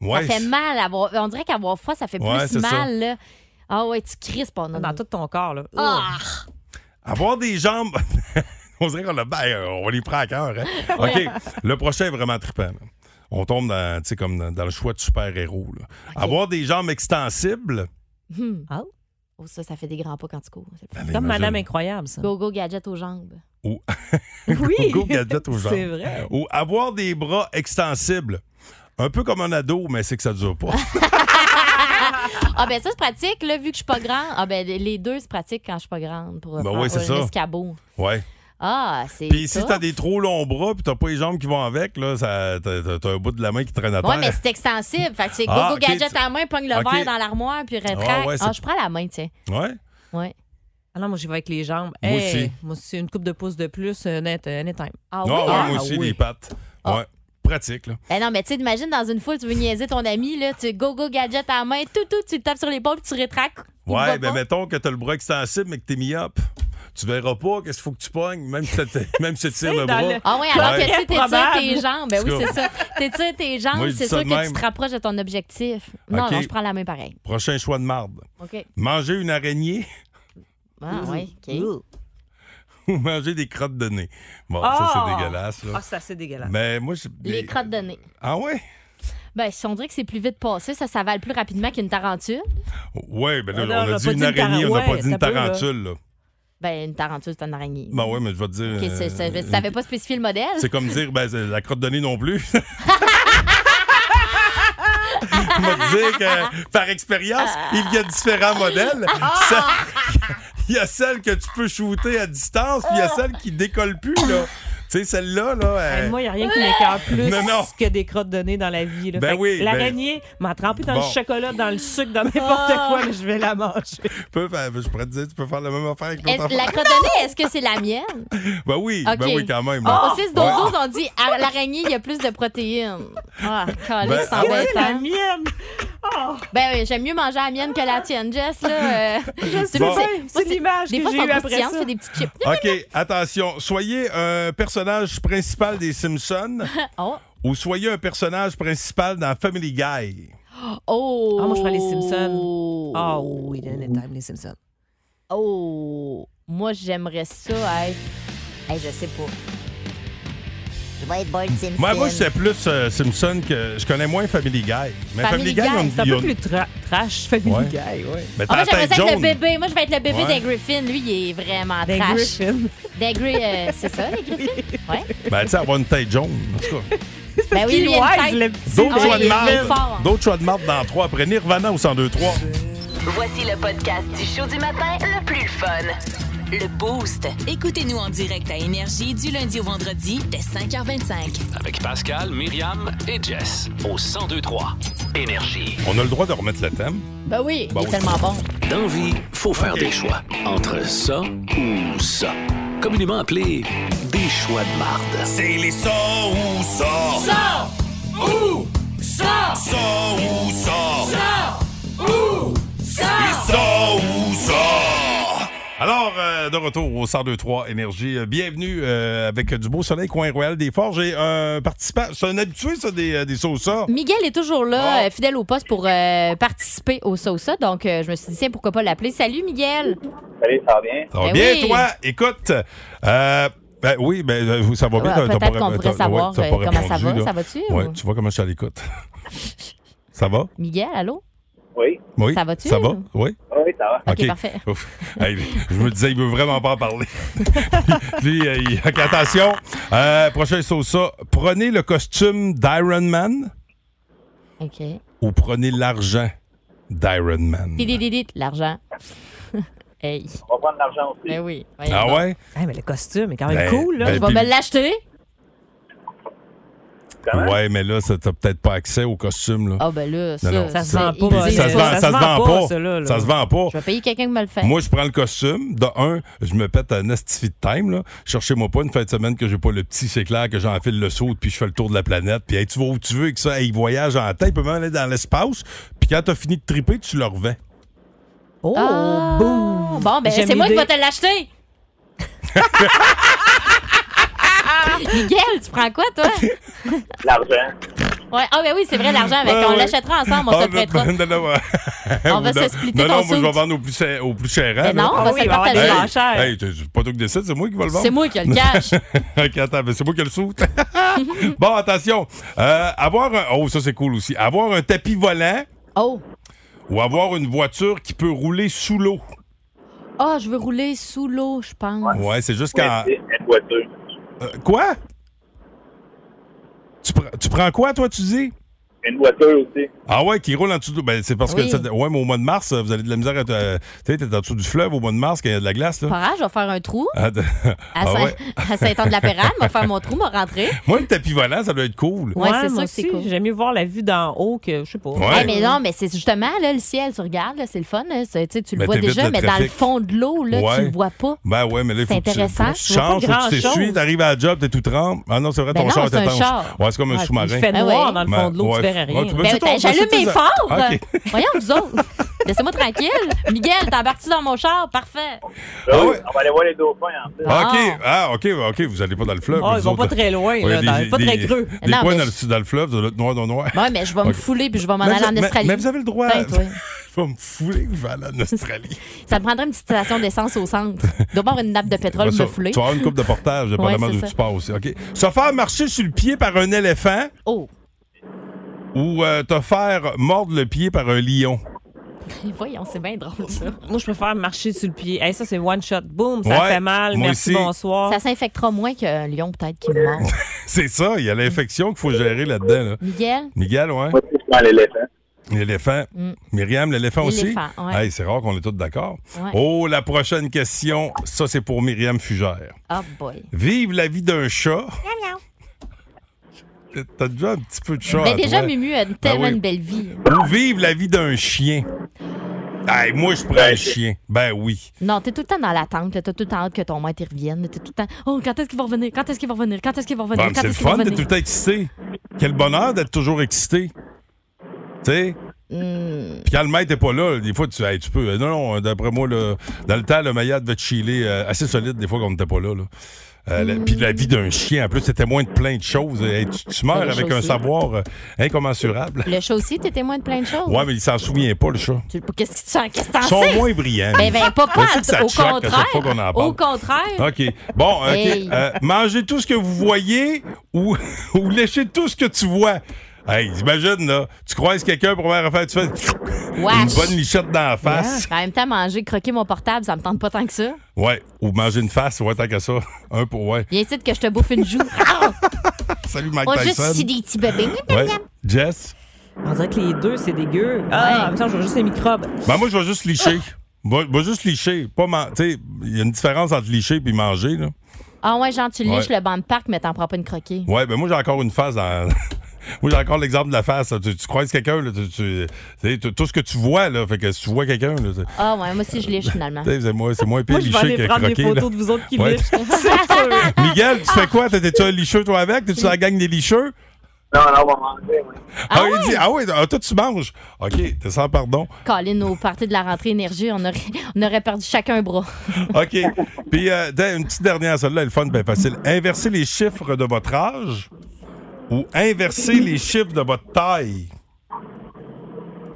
Speaker 3: Ouais.
Speaker 4: Ça fait mal. Avoir... On dirait qu'avoir froid, ça fait
Speaker 3: Ouais, c'est
Speaker 4: plus
Speaker 3: ça.
Speaker 4: mal. là. Ah ouais, tu crispes. Dans
Speaker 8: tout ton corps. là. Oh.
Speaker 4: Ah!
Speaker 3: Avoir des jambes. [LAUGHS] on dirait qu'on a. ben, euh, on les prend à cœur. hein.
Speaker 4: [LAUGHS]
Speaker 3: OK. Le prochain est vraiment trippant. là. On tombe dans, tu sais, comme dans, dans le choix de super-héros. là. Avoir des jambes extensibles. [LAUGHS]
Speaker 4: Hum.
Speaker 8: Ah.
Speaker 4: Oh, ça, ça fait des grands pas quand tu cours. C'est le fun.
Speaker 3: Comme Ben, imagine. Madame
Speaker 8: Incroyable, ça.
Speaker 4: Go, go, gadget aux jambes.
Speaker 3: Ou...
Speaker 4: Oui.
Speaker 3: Go
Speaker 4: [LAUGHS]
Speaker 3: gadget aux jambes.
Speaker 4: C'est vrai.
Speaker 3: Ou avoir des bras extensibles. Un peu comme un ado, mais c'est que ça dure pas.
Speaker 4: Ah ben ça, c'est pratique. Là, vu que je suis pas grande, ah ben les deux, c'est pratique quand je suis pas grande pour euh,
Speaker 3: Ben
Speaker 4: faire
Speaker 3: oui, c'est
Speaker 4: un
Speaker 3: ça.
Speaker 4: escabeau.
Speaker 3: Ouais.
Speaker 4: Ah, c'est
Speaker 3: Puis si
Speaker 4: tough.
Speaker 3: t'as des trop longs bras puis t'as pas les jambes qui vont avec, là, ça- t'as t'as- t'as un bout de la main qui traîne à terre.
Speaker 4: Ouais, mais c'est extensible. Fait que c'est
Speaker 3: Ah,
Speaker 4: go-go
Speaker 3: ok,
Speaker 4: gadget
Speaker 3: tu-
Speaker 4: à la main, pogne le
Speaker 3: ok.
Speaker 4: verre dans l'armoire, puis rétracte.
Speaker 3: Ah
Speaker 4: Ah,
Speaker 3: ouais, c'est-
Speaker 4: je prends la main, tiens.
Speaker 3: Ouais.
Speaker 4: Ouais.
Speaker 8: Ah non, moi, j'y vais avec les jambes.
Speaker 4: Eh.
Speaker 3: Moi
Speaker 8: Hey,
Speaker 3: aussi.
Speaker 8: Moi aussi, une coupe de pouce de plus, euh, net, euh, anytime.
Speaker 4: Ah
Speaker 3: Non, ouais, moi aussi, les pattes. Ouais. Pratique, là.
Speaker 4: Ben non, mais tu sais, imagine dans une foule, tu veux niaiser ton ami, là, tu go-go gadget à la main, tout, tout, tu le tapes sur l'épaule, puis tu rétractes. Il
Speaker 3: Ouais,
Speaker 4: va
Speaker 3: ben
Speaker 4: pas.
Speaker 3: mettons que t'as le bras extensible, mais que t'es mis-up. Tu verras pas qu'est-ce qu'il faut que tu pognes, même si
Speaker 4: [LAUGHS]
Speaker 3: t'as- même si tu tires le bras.
Speaker 4: Ah oui, alors que tu t'étires
Speaker 8: probable.
Speaker 4: tes jambes. Ben
Speaker 3: En
Speaker 4: oui,
Speaker 3: tout cas.
Speaker 4: c'est ça. T'étires tes
Speaker 3: Moi,
Speaker 4: jambes,
Speaker 3: je dis
Speaker 4: c'est
Speaker 3: ça
Speaker 4: sûr
Speaker 3: de
Speaker 4: que
Speaker 3: même.
Speaker 4: tu te rapproches de ton objectif. Non,
Speaker 3: Ok.
Speaker 4: non, je prends la main pareil.
Speaker 3: Prochain choix de marde.
Speaker 4: OK.
Speaker 3: Manger une araignée
Speaker 4: Ah oui,
Speaker 8: Ouh.
Speaker 4: OK.
Speaker 3: [LAUGHS] ou manger des crottes de nez. Bon, ça,
Speaker 4: Ah!
Speaker 3: c'est dégueulasse, là.
Speaker 8: Ah, ça, c'est dégueulasse.
Speaker 3: Mais moi, je-
Speaker 4: Les crottes de nez.
Speaker 3: Ah ouais?
Speaker 4: Ben, si on dirait que c'est plus vite passé, ça s'avale plus rapidement qu'une tarentule.
Speaker 3: Ouais, ben là,
Speaker 4: Ah,
Speaker 3: on
Speaker 4: non,
Speaker 3: a,
Speaker 4: on a
Speaker 3: dit
Speaker 4: pas
Speaker 3: une
Speaker 4: dit une
Speaker 3: araignée,
Speaker 4: tara-
Speaker 3: on n'a pas
Speaker 4: ouais,
Speaker 3: dit une
Speaker 4: t'as peu, là.
Speaker 3: tarentule, là.
Speaker 4: Ben, une tarentule, c'est une araignée.
Speaker 3: Ben ouais, mais je vais te dire.
Speaker 4: OK, c'est-
Speaker 3: euh,
Speaker 4: c'est-
Speaker 3: une-
Speaker 4: t'avais pas spécifié le modèle?
Speaker 3: C'est comme dire, ben, c'est- la crotte de nez non plus. [LAUGHS] Je vais te dire que, par expérience, il y a différents modèles.
Speaker 4: Ah!
Speaker 3: Ça- Il y a celle que tu peux shooter à distance, puis il y
Speaker 4: Ah!
Speaker 3: a celle qui décolle plus, là. Tu sais, celle-là, là.
Speaker 8: Hey,
Speaker 3: elle-
Speaker 8: moi, il n'y a rien qui m'écœure plus
Speaker 3: Non, non.
Speaker 8: que des crottes de nez dans la vie. là.
Speaker 3: Ben
Speaker 8: Fait que
Speaker 3: oui, ben-
Speaker 8: L'araignée m'a trempé dans
Speaker 3: Bon.
Speaker 8: le chocolat, dans le sucre, dans n'importe
Speaker 4: Ah.
Speaker 8: quoi, mais je vais la manger.
Speaker 3: Tu peux faire- ben, je pourrais te dire, tu peux faire la même affaire avec
Speaker 4: Est-ce-
Speaker 3: l'autre
Speaker 4: la
Speaker 3: affaire.
Speaker 4: crotte de nez, est-ce que c'est la mienne?
Speaker 3: Ben oui,
Speaker 4: OK.
Speaker 3: ben oui, quand même.
Speaker 4: Oh,
Speaker 3: là.
Speaker 4: Au 6 12
Speaker 3: Ouais.
Speaker 4: 12, on dit à l'araignée, il y a plus de protéines. Ah, calique,
Speaker 3: Ben,
Speaker 4: ça
Speaker 3: ah
Speaker 4: va
Speaker 3: ouais.
Speaker 4: être, hein?
Speaker 8: mienne! Oh!
Speaker 4: Ben oui, j'aime mieux manger la mienne que la tienne, Jess. Là,
Speaker 8: [LAUGHS]
Speaker 4: euh,
Speaker 3: sais,
Speaker 4: Moi,
Speaker 8: c'est l'image
Speaker 4: Des
Speaker 8: que
Speaker 4: fois,
Speaker 8: j'ai
Speaker 4: c'est
Speaker 8: eue
Speaker 4: en
Speaker 8: après
Speaker 4: croustillant,
Speaker 8: ça.
Speaker 4: c'est des petits chips.
Speaker 3: OK, attention. Soyez un personnage principal des
Speaker 4: [LAUGHS]
Speaker 3: Simpsons
Speaker 4: Oh.
Speaker 3: ou soyez un personnage principal dans Family Guy.
Speaker 4: Oh.
Speaker 8: Ah, moi, je prends les Simpsons. Ah oui, anytime, les Simpsons.
Speaker 4: Oh, moi, j'aimerais ça être. Hey, je sais pas. Je vais être Bart Simpson.
Speaker 3: Moi, moi, je sais plus euh, Simpson que je connais moins Family Guy. Mais Family, Guy, on
Speaker 8: c'est un
Speaker 3: il y a
Speaker 8: peu
Speaker 3: une-
Speaker 8: plus tra- trash, Family
Speaker 3: Ouais.
Speaker 8: Guy, ouais.
Speaker 3: Mais
Speaker 4: Ah, moi,
Speaker 3: t'as la
Speaker 4: j'aimerais
Speaker 3: tête
Speaker 4: ça être le
Speaker 3: jaune.
Speaker 4: bébé. Moi, je vais être le bébé
Speaker 3: Ouais.
Speaker 4: des Griffins. Lui, il est vraiment
Speaker 8: Des
Speaker 4: trash.
Speaker 8: Griffins.
Speaker 4: Des Griffins. c'est ça, les Griffins? Ouais. [LAUGHS]
Speaker 3: Ben, tu sais, avoir une tête jaune. En tout cas.
Speaker 4: Ben oui, lui, il a une tête.
Speaker 3: D'autres
Speaker 4: Ah oui,
Speaker 3: choix
Speaker 4: il
Speaker 3: de
Speaker 4: est fort.
Speaker 3: marde. D'autres choix de marde dans 3 après Nirvana au 1023.
Speaker 1: Voici le podcast du show du matin le plus fun.
Speaker 7: Le Boost. Écoutez-nous en direct à Énergie du lundi au vendredi dès 5h25.
Speaker 2: Avec Pascal, Myriam et Jess au 1023 Énergie.
Speaker 3: On a le droit de remettre le thème.
Speaker 4: Ben oui,
Speaker 3: Bah
Speaker 2: Bon.
Speaker 4: il est tellement bon.
Speaker 2: Dans vie, faut faire des choix. Entre ça ou ça. Communément appelé des choix de marde.
Speaker 12: C'est les ça ou ça.
Speaker 2: Ça
Speaker 12: ou ça. Ça ou ça. Ça ou ça. Les ça ou ça.
Speaker 3: Alors, euh, de retour au 1023 Énergie. Euh, Bienvenue euh, avec du beau soleil, coin royal des forges. Et un participant, c'est un habitué, ça, des, euh, des sauces-ça.
Speaker 4: Miguel est toujours
Speaker 3: Ah.
Speaker 4: là, euh, fidèle au poste pour euh, participer au Sauce. Donc, euh, je me suis dit, tiens, pourquoi pas l'appeler. Salut, Miguel.
Speaker 13: Salut, ça va bien?
Speaker 3: Ça va
Speaker 4: Ben
Speaker 3: bien,
Speaker 4: oui.
Speaker 3: toi? Écoute, euh, ben oui, ben, euh, ça va bien.
Speaker 4: Ouais,
Speaker 3: t'as- t'as
Speaker 4: Ah, peut-être
Speaker 3: pas-
Speaker 4: qu'on pourrait
Speaker 3: t'as-
Speaker 4: savoir,
Speaker 3: t'as pas
Speaker 4: euh, comment ça
Speaker 3: répondu,
Speaker 4: va,
Speaker 3: là.
Speaker 4: ça va-tu,
Speaker 3: Ouais,
Speaker 4: ou-
Speaker 3: tu vois comment je suis
Speaker 4: [LAUGHS]
Speaker 3: à l'écoute. ça va?
Speaker 4: Miguel, allô?
Speaker 13: Oui. Ah
Speaker 3: Oui.
Speaker 4: Ça va-tu?
Speaker 3: Ça va? Oui.
Speaker 13: Oui, ça
Speaker 4: OK, parfait.
Speaker 3: Ouf. Hey, je me disais, il veut vraiment pas en parler. [LAUGHS] Lui, euh, il- OK, attention. Euh, prochain sauce-ça. Prenez le costume d'Iron Man
Speaker 4: OK.
Speaker 3: ou prenez l'argent d'Iron Man?
Speaker 4: Didididit, l'argent. [LAUGHS] hey.
Speaker 13: On va prendre l'argent aussi.
Speaker 4: Ben oui. voyons
Speaker 3: Ah
Speaker 4: donc.
Speaker 3: ouais?
Speaker 8: Hey, mais le costume est quand même
Speaker 3: Ben,
Speaker 8: cool, là.
Speaker 3: ben,
Speaker 4: Je vais
Speaker 3: puis-
Speaker 4: me l'acheter.
Speaker 3: Ouais, mais là, ça, t'as peut-être pas accès au costume. Là.
Speaker 4: Ah, ben là, ça.
Speaker 3: Non, non,
Speaker 4: ça
Speaker 3: c'est-
Speaker 4: se vend pas.
Speaker 3: Ça, se vend, ça se vend pas. Ça,
Speaker 8: là, là.
Speaker 3: se vend pas.
Speaker 4: Je vais payer quelqu'un qui me le fait.
Speaker 3: Moi, je prends le costume. De un, je me pète un estifi de time. là. Cherchez-moi pas une fin de semaine que j'ai pas le petit, c'est clair, que j'enfile le saut, puis je fais le tour de la planète. Puis hey, tu vas où tu veux avec ça. Hey, il voyage en tête, il peut même aller dans l'espace. Puis quand t'as fini de triper, tu le revends.
Speaker 8: Oh,
Speaker 4: boum! Bon, ben,
Speaker 8: J'aime
Speaker 4: c'est moi qui
Speaker 8: l'idée.
Speaker 4: vais te
Speaker 3: [LAUGHS]
Speaker 4: l'acheter. Miguel, tu prends quoi, toi?
Speaker 3: [LAUGHS]
Speaker 13: L'argent.
Speaker 4: Ouais. Ah, ben oui, c'est vrai, l'argent. avec-
Speaker 3: Ah,
Speaker 4: on
Speaker 3: ouais.
Speaker 4: l'achètera ensemble, on
Speaker 3: Ah,
Speaker 4: se le prêtera.
Speaker 3: non, non, ouais.
Speaker 4: On va
Speaker 3: Non,
Speaker 4: se splitter
Speaker 3: Non, non,
Speaker 4: ton
Speaker 3: moi, je vais
Speaker 4: suit.
Speaker 3: vendre au plus cher. Au plus cher hein,
Speaker 4: Ben non, on va Ah oui, se le il va avoir partager. des enchères.
Speaker 3: Hey, hey, t'es- c'est pas toi qui décide, c'est moi qui vais le vendre.
Speaker 4: C'est moi qui ai le cash.
Speaker 3: [LAUGHS] OK, attends, mais c'est moi qui ai le sou. [LAUGHS] bon, attention. Euh, avoir un... Oh, ça, c'est cool aussi. Avoir un tapis volant
Speaker 4: Oh.
Speaker 3: ou avoir une voiture qui peut rouler sous l'eau.
Speaker 4: Ah, je veux rouler sous l'eau, je pense.
Speaker 3: Ouais, c'est juste quand...
Speaker 13: Une voiture.
Speaker 3: Euh, quoi? Tu, prends- tu prends quoi, toi, tu dis?
Speaker 13: Une voiture aussi.
Speaker 3: Ah ouais, qui roule en dessous de... Ben, c'est parce
Speaker 4: Oui.
Speaker 3: que... ça- Ouais, mais au mois de mars, euh, vous avez de la misère à... te- Tu sais, t'es en dessous du fleuve au mois de mars quand il y a de la glace, là.
Speaker 4: Pas grave, je vais faire un trou. [LAUGHS]
Speaker 3: Ah, de-
Speaker 4: À,
Speaker 3: Ah
Speaker 4: Saint-
Speaker 3: ouais.
Speaker 4: à Saint-Anne-de-la-Pérade, je vais faire mon trou, me rentrer.
Speaker 3: Moi, le tapis volant, ça doit être cool.
Speaker 4: Ouais, c'est
Speaker 8: moi
Speaker 4: sûr que c'est
Speaker 8: aussi,
Speaker 4: cool.
Speaker 8: J'aime mieux voir la vue d'en haut que, je sais pas.
Speaker 3: Ouais.
Speaker 4: Eh, mais non, mais c'est justement là, le ciel, tu regardes, là, c'est le fun. là, c'est- tu sais, tu le
Speaker 3: Ben,
Speaker 4: vois
Speaker 3: t'évites
Speaker 4: déjà,
Speaker 3: le
Speaker 4: mais dans le
Speaker 3: trafic.
Speaker 4: fond de l'eau, là, tu
Speaker 3: Ouais.
Speaker 4: le vois pas.
Speaker 3: Ben ouais, mais là, il
Speaker 4: C'est
Speaker 3: faut que tu,
Speaker 4: intéressant.
Speaker 3: faut que tu
Speaker 4: Tu vois pas
Speaker 3: changes, faut que tu
Speaker 4: grand-chose.
Speaker 3: t'essuies, t'arrives à la job, t'es tout trempe. Ah non, c'est vrai,
Speaker 4: Ben
Speaker 3: ton
Speaker 4: non,
Speaker 3: char
Speaker 4: c'est un
Speaker 3: étanche.
Speaker 4: char.
Speaker 3: Ouais, c'est comme
Speaker 4: Ouais,
Speaker 3: un
Speaker 4: il
Speaker 3: sous-marin. Ah
Speaker 4: fait noir dans
Speaker 8: le fond de l'eau, tu
Speaker 3: ouais.
Speaker 8: verrais
Speaker 3: Ah,
Speaker 8: rien.
Speaker 3: peux-
Speaker 4: Ben,
Speaker 3: c'est ton-
Speaker 4: J'allume
Speaker 3: c'est
Speaker 4: mes
Speaker 3: tes-
Speaker 4: phares.
Speaker 3: Ah, ok.
Speaker 4: Voyons, vous
Speaker 3: [LAUGHS]
Speaker 4: autres. Laissez-moi tranquille. Miguel, t'embarques-tu dans mon char? Parfait.
Speaker 3: Ah ouais.
Speaker 13: On va aller voir les dauphins en fait.
Speaker 3: Ah, OK, ah, OK, OK, vous allez pas dans le fleuve.
Speaker 8: Ah, ils
Speaker 3: vous
Speaker 8: vont pas
Speaker 3: autres.
Speaker 8: très loin,
Speaker 3: Ouais,
Speaker 8: là, dans- pas très creux.
Speaker 3: Des
Speaker 4: Non,
Speaker 3: coins
Speaker 4: mais
Speaker 3: dans,
Speaker 4: je-
Speaker 3: le, dans le fleuve, de l'autre noir, dans le noir.
Speaker 4: Ouais, mais je vais me
Speaker 3: Ok.
Speaker 4: fouler puis je vais m'en
Speaker 3: Mais
Speaker 4: aller
Speaker 3: vous-
Speaker 4: en
Speaker 3: mais-
Speaker 4: Australie.
Speaker 3: Mais vous avez le droit.
Speaker 4: Putain, toi.
Speaker 3: [LAUGHS] Je vais me fouler, je vais aller
Speaker 4: [LAUGHS]
Speaker 3: en Australie.
Speaker 4: Ça me prendrait une petite station d'essence au centre. Il doit y avoir une
Speaker 3: [LAUGHS]
Speaker 4: nappe de pétrole
Speaker 3: Ouais, ça,
Speaker 4: me fouler.
Speaker 3: Tu vas avoir une coupe de portage, dépendamment
Speaker 4: Ouais, c'est
Speaker 3: d'où
Speaker 4: ça.
Speaker 3: tu pars aussi. OK. Se faire marcher sur le pied par un éléphant.
Speaker 4: Oh.
Speaker 3: Ou euh, te faire mordre le pied par un lion.
Speaker 4: [LAUGHS]
Speaker 3: [LAUGHS]
Speaker 4: Voyons, c'est bien drôle, ça.
Speaker 8: Moi, je préfère marcher sur le pied. Hey, ça, c'est one shot. Boum, ça
Speaker 3: Ouais,
Speaker 8: fait mal.
Speaker 3: moi
Speaker 8: Merci,
Speaker 3: aussi.
Speaker 8: bonsoir.
Speaker 4: Ça s'infectera moins qu'un lion, peut-être, qui me mord.
Speaker 3: C'est ça, il y a l'infection qu'il faut gérer là-dedans. Là.
Speaker 4: [LAUGHS] Miguel?
Speaker 3: Miguel, ouais.
Speaker 13: Moi, je prends l'éléphant.
Speaker 3: L'éléphant.
Speaker 4: Mm.
Speaker 3: Myriam, l'éléphant aussi.
Speaker 4: L'éléphant, ouais.
Speaker 3: Hey, c'est rare qu'on est tous d'accord.
Speaker 4: Ouais.
Speaker 3: Oh, la prochaine question, ça c'est pour Myriam Fugère.
Speaker 4: Oh boy.
Speaker 3: Vive la vie
Speaker 4: [LAUGHS]
Speaker 3: d'un chat. T'as déjà un petit peu de chat.
Speaker 4: Mais
Speaker 3: à
Speaker 4: Ben, déjà,
Speaker 3: toi. Ben
Speaker 4: Mumu a une tellement
Speaker 3: oui.
Speaker 4: une belle vie.
Speaker 3: Ou vive la vie d'un chien. Hey, moi, je prends un chien. Ben oui.
Speaker 4: Non, t'es tout le temps dans l'attente. là. T'as tout le temps hâte que ton maître y revienne. T'es tout le temps. Oh, quand est-ce qu'il va revenir? Quand est-ce qu'il va revenir? Quand est-ce qu'il va revenir?
Speaker 3: Bon,
Speaker 4: Quand
Speaker 3: Ben, c'est le
Speaker 4: est-ce qu'il va
Speaker 3: fun d'être tout
Speaker 4: revenir?
Speaker 3: le temps excité. Quel bonheur d'être toujours excité. Tu sais? Puis quand le maître n'est pas là, des fois, tu, hey, tu peux. Non, non, d'après moi, là, dans le temps, le Maya devait te chiller euh, assez solide des fois qu'on n'était pas là. là. Euh, la- Puis la vie d'un chien, en plus, c'était témoin de plein de choses. Hey, tu, tu meurs
Speaker 4: Ben, le
Speaker 3: avec
Speaker 4: chat
Speaker 3: un
Speaker 4: aussi.
Speaker 3: savoir euh, incommensurable.
Speaker 4: Le chat aussi, t'es témoin de plein de choses.
Speaker 3: Ouais, mais il s'en souvient pas, le chat.
Speaker 4: Tu- Qu'est-ce que tu sens? Qu'est-ce que t'en
Speaker 3: Ils sont
Speaker 4: sais?
Speaker 3: moins brillants.
Speaker 4: Ben, ben, pas, pas,
Speaker 3: Je sais que ça
Speaker 4: au
Speaker 3: te choque à chaque
Speaker 4: contraire.
Speaker 3: fois qu'on en parle.
Speaker 4: Au contraire.
Speaker 3: OK. Bon, OK.
Speaker 4: Hey.
Speaker 3: Euh, mangez tout ce que vous voyez ou, [LAUGHS] ou léchez tout ce que tu vois. Hey, imagine, là, tu croises quelqu'un, première affaire, tu fais [LAUGHS] une
Speaker 4: Wesh.
Speaker 3: bonne lichette dans la face.
Speaker 4: Ben, En même temps, manger, croquer mon portable, ça me tente pas tant que ça.
Speaker 3: Ouais, ou manger une face, ouais, tant qu'à ça. [LAUGHS] Un pour, ouais.
Speaker 4: Viens ici que je te bouffe une joue. Ah!
Speaker 3: Salut, [LAUGHS] Mike
Speaker 14: On
Speaker 3: Tyson.
Speaker 14: juste c'est des petits bébés.
Speaker 3: Ouais. Jess?
Speaker 8: On dirait que les deux, c'est dégueu. Ah, en même temps, je vois juste les microbes.
Speaker 3: Ben moi, je vais juste licher. Je vais juste licher. Pas man- tu sais, Il y a une différence entre licher et manger. Là.
Speaker 4: Ah ouais, genre, tu liches
Speaker 3: Ouais.
Speaker 4: le banc de parc, mais t'en prends pas une croquée.
Speaker 3: Ouais, ben moi, j'ai encore une face dans... [LAUGHS] Moi, j'ai encore l'exemple de la face. là. Tu, tu croises quelqu'un, là, tu, tu- tu sais, tu- tout ce que tu vois, là, fait que si tu vois quelqu'un, là, tu-
Speaker 4: Ah ouais, moi aussi, je liche finalement.
Speaker 3: tu sais, c'est moins, c'est moins pire
Speaker 4: Ah. Moi, je vais
Speaker 3: liché
Speaker 4: aller
Speaker 3: que
Speaker 4: prendre des
Speaker 3: croqué.
Speaker 4: photos
Speaker 3: là.
Speaker 4: de vous autres qui [LAUGHS]
Speaker 3: Ouais.
Speaker 4: lichent.
Speaker 3: [LAUGHS] Miguel, tu fais quoi? T'es- T'es-tu un licheux, toi, avec? T'es-tu dans la gang des licheux?
Speaker 13: Non, non, on va manger, oui.
Speaker 3: Ah, il dit, ah oui, ah, toi, tu manges. OK, t'es sans pardon.
Speaker 4: Colin, au parti de la rentrée énergie, on aurait, on aurait perdu chacun un bras. [LAUGHS]
Speaker 3: OK. Puis, euh, d'ailleurs, une petite dernière, celle-là, elle est fun, bien facile. Inverser les chiffres de votre âge ou inverser les chiffres de votre taille?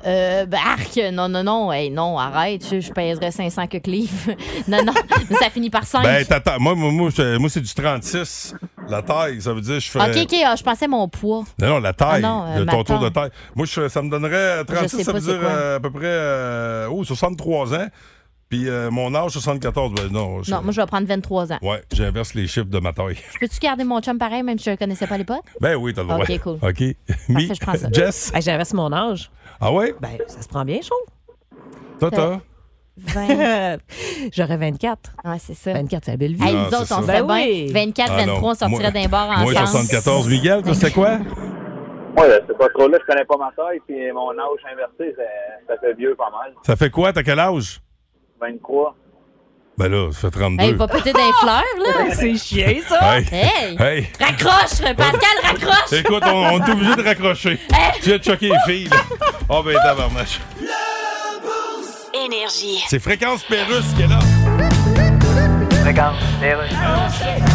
Speaker 4: Euh, ben, arc, non, non, non, hey, non, arrête, je, je pèserais 500 que livres. [LAUGHS] non, non, mais ça finit par 5.
Speaker 3: Ben, t'attends. Moi, moi, moi, je- moi, c'est du 36, la taille. Ça veut dire, je fais.
Speaker 4: ok, ok, ah, je pensais mon poids.
Speaker 3: Non, non, la taille,
Speaker 4: Ah non, euh,
Speaker 3: le-
Speaker 4: ma
Speaker 3: ton tour de
Speaker 4: taille.
Speaker 3: taille. Moi, je- ça me donnerait euh,
Speaker 4: Je
Speaker 3: 36,
Speaker 4: sais
Speaker 3: ça
Speaker 4: pas
Speaker 3: veut
Speaker 4: c'est
Speaker 3: dire
Speaker 4: quoi.
Speaker 3: euh, à peu près euh, oh, 63 ans. Puis euh, mon âge, 74. Ben non, je-
Speaker 4: Non, moi, je vais prendre 23 ans.
Speaker 3: ouais, j'inverse les chiffres de ma taille. [LAUGHS]
Speaker 4: Je Peux-tu garder mon chum pareil, même si je le connaissais pas à l'époque?
Speaker 3: Ben oui, t'as le droit.
Speaker 4: Ok, cool.
Speaker 3: OK. Mi-
Speaker 4: je prends ça.
Speaker 3: Jess?
Speaker 8: Ah, J'inverse mon âge.
Speaker 3: Ah ouais?
Speaker 8: Ben, ça se prend bien chaud.
Speaker 3: Toi, t'as?
Speaker 8: [LAUGHS] J'aurais 24.
Speaker 4: Ouais, c'est ça.
Speaker 8: 24, c'est la belle vie. Ben
Speaker 4: Hey, nous autres, on fait bien. 24,
Speaker 3: Ah non.
Speaker 4: 23, on sortirait
Speaker 3: Moi-
Speaker 4: d'un bar ensemble.
Speaker 3: Moi, 74. Miguel, toi, c'était quoi?
Speaker 13: Moi, là, c'est pas trop là, je connais pas ma taille, puis mon âge inversé, ça- ça fait vieux pas mal.
Speaker 3: Ça fait quoi? T'as quel âge?
Speaker 13: 23.
Speaker 3: Ben là, ça fait 32.
Speaker 4: Hey, il va péter d'un fleur, là.
Speaker 12: [LAUGHS]
Speaker 8: C'est chiant,
Speaker 3: Hey.
Speaker 4: Hey!
Speaker 3: Hey.
Speaker 4: Raccroche, Pascal, raccroche!
Speaker 3: Écoute, on, on est obligé de raccrocher. Tu viens de choquer les filles. là. Oh, ben, tabarnache.
Speaker 7: Énergie.
Speaker 3: C'est Fréquence Pérusse qui est là. Fréquence Pérusse.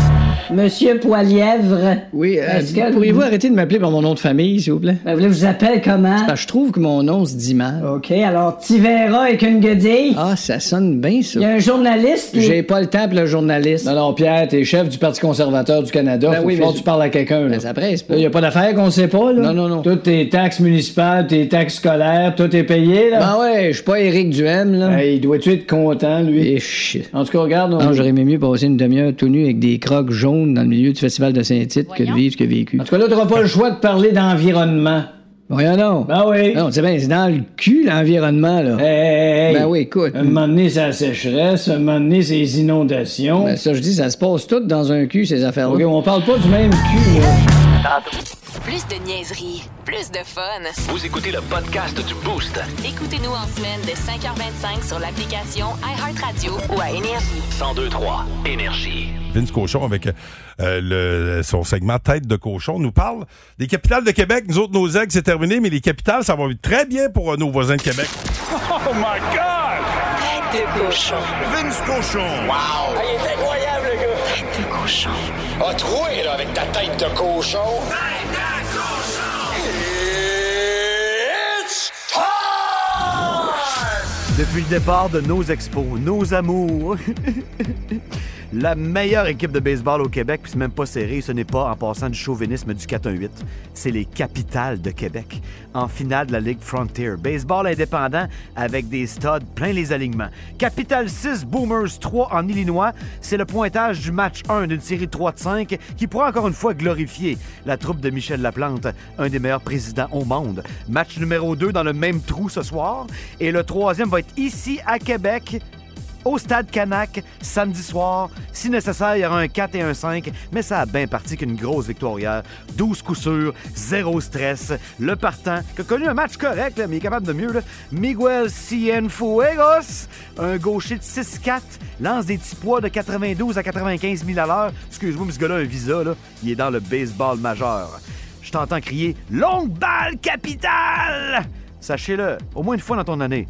Speaker 6: Monsieur Poilièvre.
Speaker 5: Oui, euh, pourriez-vous arrêter de m'appeler par mon nom de famille, s'il vous plaît?
Speaker 6: Ben, vous voulez que je vous appelle comment?
Speaker 5: Parce que je trouve que mon nom se dit mal.
Speaker 6: OK, alors t'y verras avec une guedille.
Speaker 5: Ah, ça sonne bien, ça.
Speaker 6: Il y a un journaliste qui...
Speaker 5: J'ai pas le temps pour le journaliste. Non, non, Pierre, t'es chef du Parti conservateur du Canada.
Speaker 6: Ben
Speaker 5: Faut
Speaker 6: oui,
Speaker 5: que
Speaker 6: mais je-
Speaker 5: tu parles à quelqu'un. là.
Speaker 6: ça presse
Speaker 5: Là, y a pas d'affaire qu'on sait pas, là. Non, non, non. Toutes tes taxes municipales, tes taxes scolaires, tout est payé, là. Ben ouais, je suis pas Éric Duhem, là. il doit-tu être content, lui? En tout cas, regarde.
Speaker 6: on-
Speaker 5: Non, j'aurais aimé mieux passer une demi-heure tout nu avec des crocs jaunes dans le milieu du festival de Saint-Tite que de vivre ce que vécu. En tout cas, là, t'auras pas le choix de parler d'environnement. Voyons donc. Ben oui. Non, tu sais bien, c'est dans le cul, l'environnement, là. Ben oui, écoute.
Speaker 6: Un moment donné, c'est la sécheresse. Un moment donné, c'est les inondations.
Speaker 5: Ben, ça, je dis, ça se passe tout dans un cul, ces affaires-là.
Speaker 6: OK, on parle pas du même
Speaker 5: cul,
Speaker 7: Plus de niaiserie, plus de fun.
Speaker 2: Vous écoutez le podcast du Boost.
Speaker 7: Écoutez-nous en semaine de 5h25 sur l'application iHeartRadio ou à Énergie.
Speaker 2: 1023 Énergie.
Speaker 3: Vince Cochon, avec euh, le- son segment Tête de Cochon, nous parle des capitales de Québec. Nous autres, nos aigles, c'est terminé, mais les capitales, ça va très bien pour euh, nos voisins de Québec.
Speaker 12: Oh my God! Tête de cochon. Vince cochon. Wow! il est incroyable, le gars! Tête de cochon. A troué, Ah, là, avec ta tête de cochon. Tête de cochon! It's
Speaker 15: Depuis le départ de nos expos, nos amours, la meilleure équipe de baseball au Québec, puis c'est même pas serré, ce n'est pas en passant du chauvinisme du 4-1-8, c'est les capitales de Québec. En finale de la Ligue Frontier, baseball indépendant avec des studs plein les alignements. Capitale 6, Boomers 3 en Illinois, c'est le pointage du match 1 d'une série 3 de 5 qui pourra encore une fois glorifier la troupe de Michel Laplante, un des meilleurs présidents au monde. Match numéro 2 dans le même trou ce soir, et le troisième va être ici à Québec au Stade Canac, samedi soir. Si nécessaire, il y aura un 4 et un 5, mais ça a bien parti qu'une grosse victoire hier. 12 coups sûrs, zéro stress. Le partant, qui a connu un match correct, là, mais il est capable de mieux, là. Miguel Cienfuegos, un gaucher de 6-4, lance des petits poids de 92 à 95 000 à l'heure. Excuse-moi, mais ce gars-là a un visa, là. Il est dans le baseball majeur. Je t'entends crier « Longue balle capitale !» Sachez-le, au moins une fois dans ton année,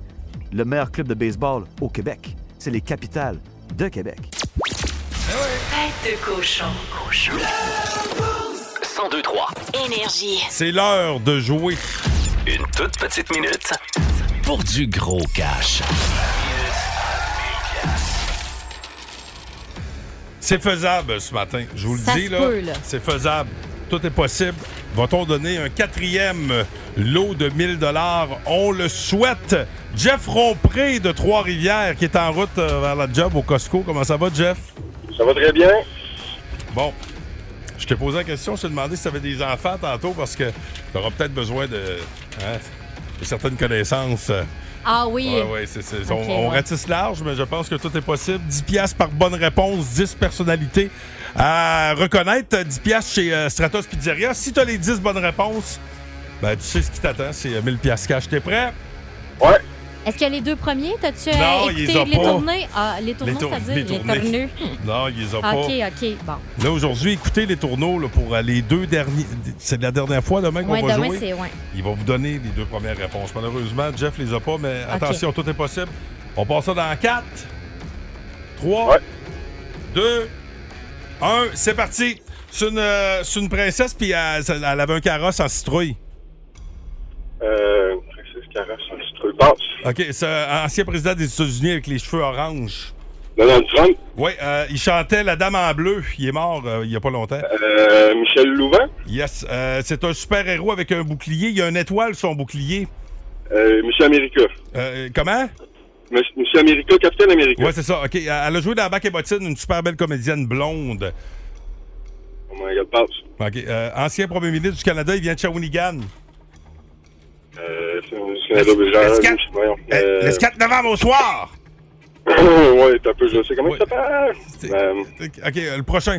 Speaker 15: le meilleur club de baseball au Québec, c'est les capitales de Québec.
Speaker 7: Tête de cochon. Cochon.
Speaker 2: 1023
Speaker 7: Énergie.
Speaker 3: C'est l'heure de jouer.
Speaker 2: Une toute petite minute pour du gros cash.
Speaker 3: C'est faisable ce matin, je vous le
Speaker 12: Ça
Speaker 3: dis.
Speaker 12: se
Speaker 3: là,
Speaker 12: peut, là.
Speaker 3: C'est faisable. Tout est possible. Va-t-on donner un quatrième lot de 1000 dollars? On le souhaite. Jeff Rompré de Trois-Rivières qui est en route euh, vers la job au Costco. Comment ça va, Jeff?
Speaker 13: Ça va très bien.
Speaker 3: Bon. Je t'ai posé la question, je t'ai demandé si tu avais des enfants tantôt parce que tu auras peut-être besoin de, hein, de certaines connaissances. euh,
Speaker 4: Ah oui.
Speaker 3: Ouais, ouais, c'est- c'est- on,
Speaker 4: Ok,
Speaker 3: on
Speaker 4: ouais.
Speaker 3: ratisse large, mais je pense que tout est possible. 10 piastres par bonne réponse, 10 personnalités à reconnaître. 10 piastres chez euh, Stratos Pizzeria. Si tu as les 10 bonnes réponses, ben, tu sais ce qui t'attend, c'est euh, 1000 piastres cash. T'es prêt? Ouais.
Speaker 4: Est-ce que les deux premiers, t'as-tu euh,
Speaker 3: Non, ils
Speaker 4: écouté
Speaker 3: les ont
Speaker 4: les
Speaker 3: pas.
Speaker 4: tournées? Ah, les tournées,
Speaker 3: Les tour-
Speaker 4: c'est-à-dire
Speaker 3: les
Speaker 4: les,
Speaker 3: tournées.
Speaker 4: tournées.
Speaker 3: Non, ils les ont pas.
Speaker 4: OK, OK, bon.
Speaker 3: Là, aujourd'hui, écoutez les tourneaux là, pour euh, les deux derniers. C'est la dernière fois demain qu'on
Speaker 4: Ouais,
Speaker 3: va
Speaker 4: demain,
Speaker 3: jouer.
Speaker 4: c'est... Ouais.
Speaker 3: Il va vous donner les deux premières réponses. Malheureusement, Jeff les a pas, mais attention, tout est possible. On passe ça dans 4, 3, 2, 1. C'est parti. C'est une, euh, c'est une princesse, puis elle, elle avait un carrosse en citrouille.
Speaker 14: Euh, Francis Carras, un petit truc. Bon,
Speaker 3: OK, c'est un ancien président des États-Unis avec les cheveux orange.
Speaker 14: Donald Trump,
Speaker 3: Oui, euh, il chantait La Dame en bleu. Il est mort euh, il y a pas longtemps.
Speaker 14: euh, Michel Louvain,
Speaker 3: Yes, euh, c'est un super-héros avec un bouclier. Il y a une étoile sur son bouclier.
Speaker 14: euh, Michel America.
Speaker 3: Euh, comment?
Speaker 14: M- Michel America, Capitaine America.
Speaker 3: Ouais, c'est ça. OK, elle a joué dans Bac et Bottine, une super belle comédienne blonde.
Speaker 14: Oh my God, passe.
Speaker 3: OK, euh, ancien premier ministre du Canada, il vient de Shawinigan.
Speaker 14: Euh, c'est un- c'est un double genre.
Speaker 3: l'escap-
Speaker 14: Michel- voyons.
Speaker 3: Eh,
Speaker 14: Euh,
Speaker 3: Le 4 novembre au soir.
Speaker 14: [LAUGHS] ouais, t'as un peu, je sais comment il s'appelle. Euh,
Speaker 3: OK, euh, le prochain.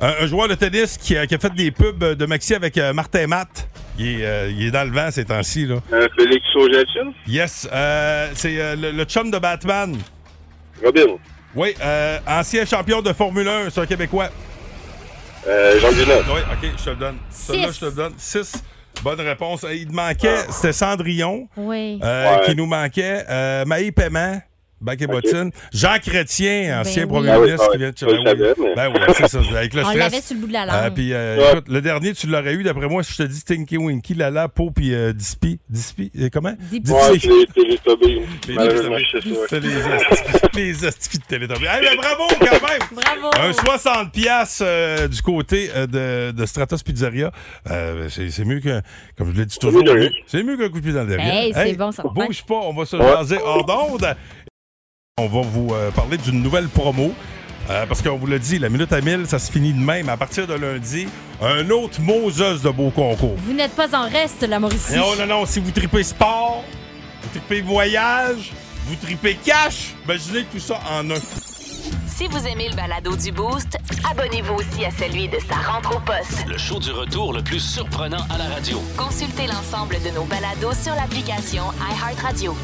Speaker 3: Un, un joueur de tennis qui, a- qui a fait des pubs de Maxi avec euh, Martin Matt. Il est, euh, il est dans le vent ces temps-ci, là.
Speaker 14: euh, Félix Auger-Aliassime,
Speaker 3: Yes, euh, c'est euh, le, le chum de Batman.
Speaker 14: Robin,
Speaker 3: Oui, euh, ancien champion de Formule 1, c'est un Québécois.
Speaker 14: euh, Jean Villeneuve.
Speaker 3: Oui, OK, je te le donne. Celui-là,
Speaker 14: Six.
Speaker 3: je te le donne. 6. Bonne réponse. Euh, Il te manquait,
Speaker 12: Ah.
Speaker 14: Ah.
Speaker 3: c'était Cendrillon
Speaker 4: Oui.
Speaker 3: euh,
Speaker 14: Ouais.
Speaker 3: qui nous manquait. Euh, Maï Paiement, Bac et Bottine. Jean Chrétien, ancien
Speaker 4: Ben oui.
Speaker 3: premier
Speaker 14: Ah oui,
Speaker 3: ministre
Speaker 14: ah
Speaker 3: qui
Speaker 14: oui,
Speaker 3: vient de
Speaker 14: ça, je savais, mais-
Speaker 3: Ben oui, c'est ça, avec le
Speaker 4: On
Speaker 3: stress.
Speaker 4: l'avait sur le bout de la langue.
Speaker 3: Euh, puis, euh,
Speaker 4: Ouais.
Speaker 3: écoute, le dernier, tu l'aurais eu, d'après moi, si je te dis Tinky Winky, Lala, Po, puis euh, Dispi. Dispi, euh, comment? Dipsy.
Speaker 14: Ouais, c'est les Télétobies.
Speaker 3: Les
Speaker 14: Malheureusement,
Speaker 3: Teletubbies.
Speaker 14: je sais ça, ouais.
Speaker 3: C'est les astifies- [LAUGHS] les astifies de Télétobies. Hey, mais bravo quand même!
Speaker 4: Bravo!
Speaker 3: Un 60 pièces du côté euh, de, de Stratos Pizzeria. Euh, c'est c'est mieux que, comme je l'ai dit toujours,
Speaker 14: mieux que rien.
Speaker 3: c'est mieux qu'un coup de pied dans le derrière.
Speaker 4: Hey, c'est bon, ça reprend.
Speaker 3: Bouge pas, on va se
Speaker 14: Ouais.
Speaker 3: jaser hors d'onde. On va vous euh, parler d'une nouvelle promo. euh, parce qu'on vous l'a dit, la minute à 1000, ça se finit de même. À partir de lundi, un autre Moses de beau concours. oh
Speaker 4: Vous n'êtes pas en reste, la Mauricie.
Speaker 3: Non, non, non, si vous tripez sport, vous tripez voyage, vous tripez cash, imaginez tout ça en un.
Speaker 1: Si vous aimez le balado du Boost, abonnez-vous aussi à celui de sa rentre au poste.
Speaker 2: Le show du retour le plus surprenant à la radio.
Speaker 1: Consultez l'ensemble de nos balados sur l'application iHeartRadio.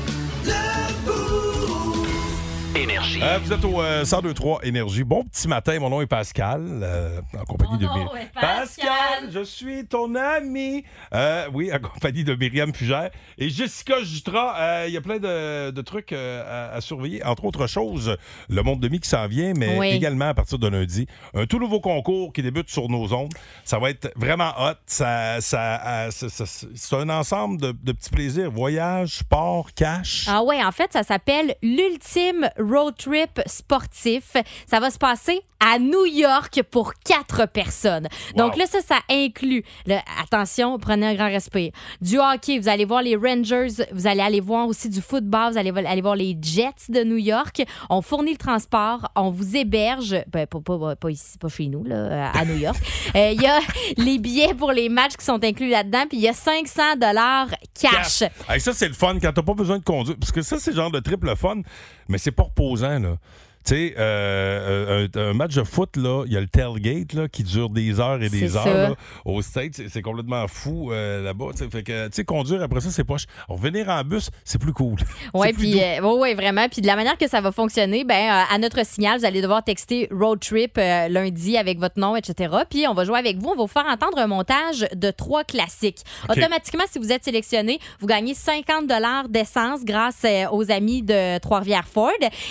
Speaker 2: Énergie.
Speaker 3: Euh, vous êtes au euh, 1023 Énergie. Bon petit matin, mon nom est Pascal, euh, en compagnie de Myriam. Pascal, je suis ton ami. Euh, oui, en compagnie de Myriam Fugère. Et Jessica Jutra, euh, il y a plein de, de trucs euh, à, à surveiller. Entre autres choses, le monde de mi qui s'en vient, mais
Speaker 4: Oui.
Speaker 3: également à partir de lundi, un tout nouveau concours qui débute sur nos ondes. Ça va être vraiment hot. Ça, ça, euh, ça- ça- c'est un ensemble de, de petits plaisirs. Voyage, sport, cash.
Speaker 4: Ah ouais, en fait, ça s'appelle l'ultime road trip sportif. Ça va se passer à New York pour quatre personnes. Donc là, ça, ça inclut, le- attention, prenez un grand respect, du hockey, vous allez voir les Rangers, vous allez aller voir aussi du football, vous allez vo- aller voir les Jets de New York. On fournit le transport, on vous héberge, ben, pas, pas- pas- pas ici, pas chez nous, là, euh, à New York. Euh, Il y a les billets pour les matchs qui sont inclus là-dedans, puis il y a 500 dollars cash.
Speaker 3: Hey, ça, c'est le fun quand t'as pas besoin de conduire. Parce que ça, c'est le genre de triple fun, mais c'est pas reposant, là. Tu sais, euh, euh, un, un match de foot, là, il y a le tailgate là, qui dure des heures et des
Speaker 4: C'est
Speaker 3: heures.
Speaker 4: ça.
Speaker 3: là. Au States, c'est- c'est complètement fou euh, là-bas. tu sais. Fait que, tu sais, conduire après ça, c'est poche. Revenir en bus, c'est plus cool.
Speaker 4: Oui,
Speaker 3: C'est plus
Speaker 4: puis
Speaker 3: doux.
Speaker 4: euh, [LAUGHS] ouais, ouais, vraiment. Puis de la manière que ça va fonctionner, ben euh, à notre signal, vous allez devoir texter road trip euh, lundi avec votre nom, etc. Puis on va jouer avec vous. On va vous faire entendre un montage de trois classiques.
Speaker 16: OK.
Speaker 4: Automatiquement, si vous êtes sélectionné, vous gagnez 50 dollars d'essence grâce euh, aux amis de Trois-Rivières Ford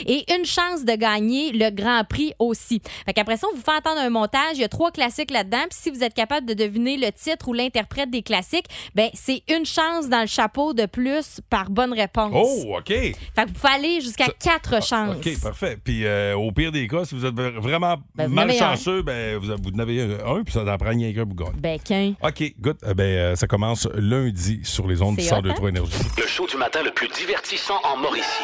Speaker 4: et une chance de gagner le Grand Prix aussi. Fait qu'après ça, on vous fait entendre un montage. Il y a trois classiques là-dedans. Puis si vous êtes capable de deviner le titre ou l'interprète des classiques, ben c'est une chance dans le chapeau de plus par bonne réponse.
Speaker 3: Oh, OK.
Speaker 4: Fait que vous pouvez aller jusqu'à quatre chances.
Speaker 3: Ah, OK, parfait. Puis euh, au pire des cas, si vous êtes v- vraiment
Speaker 4: Ben, vous en avez
Speaker 3: malchanceux, ben, vous, vous en avez un, puis ça n'en prend rien qu'un pour gagner.
Speaker 4: Ben, qu'un.
Speaker 3: OK, good. Eh ben, euh, ça commence lundi sur les ondes du
Speaker 2: C'est hot, hein?
Speaker 3: 102.3 Énergie.
Speaker 2: Le show du matin le plus divertissant en Mauricie.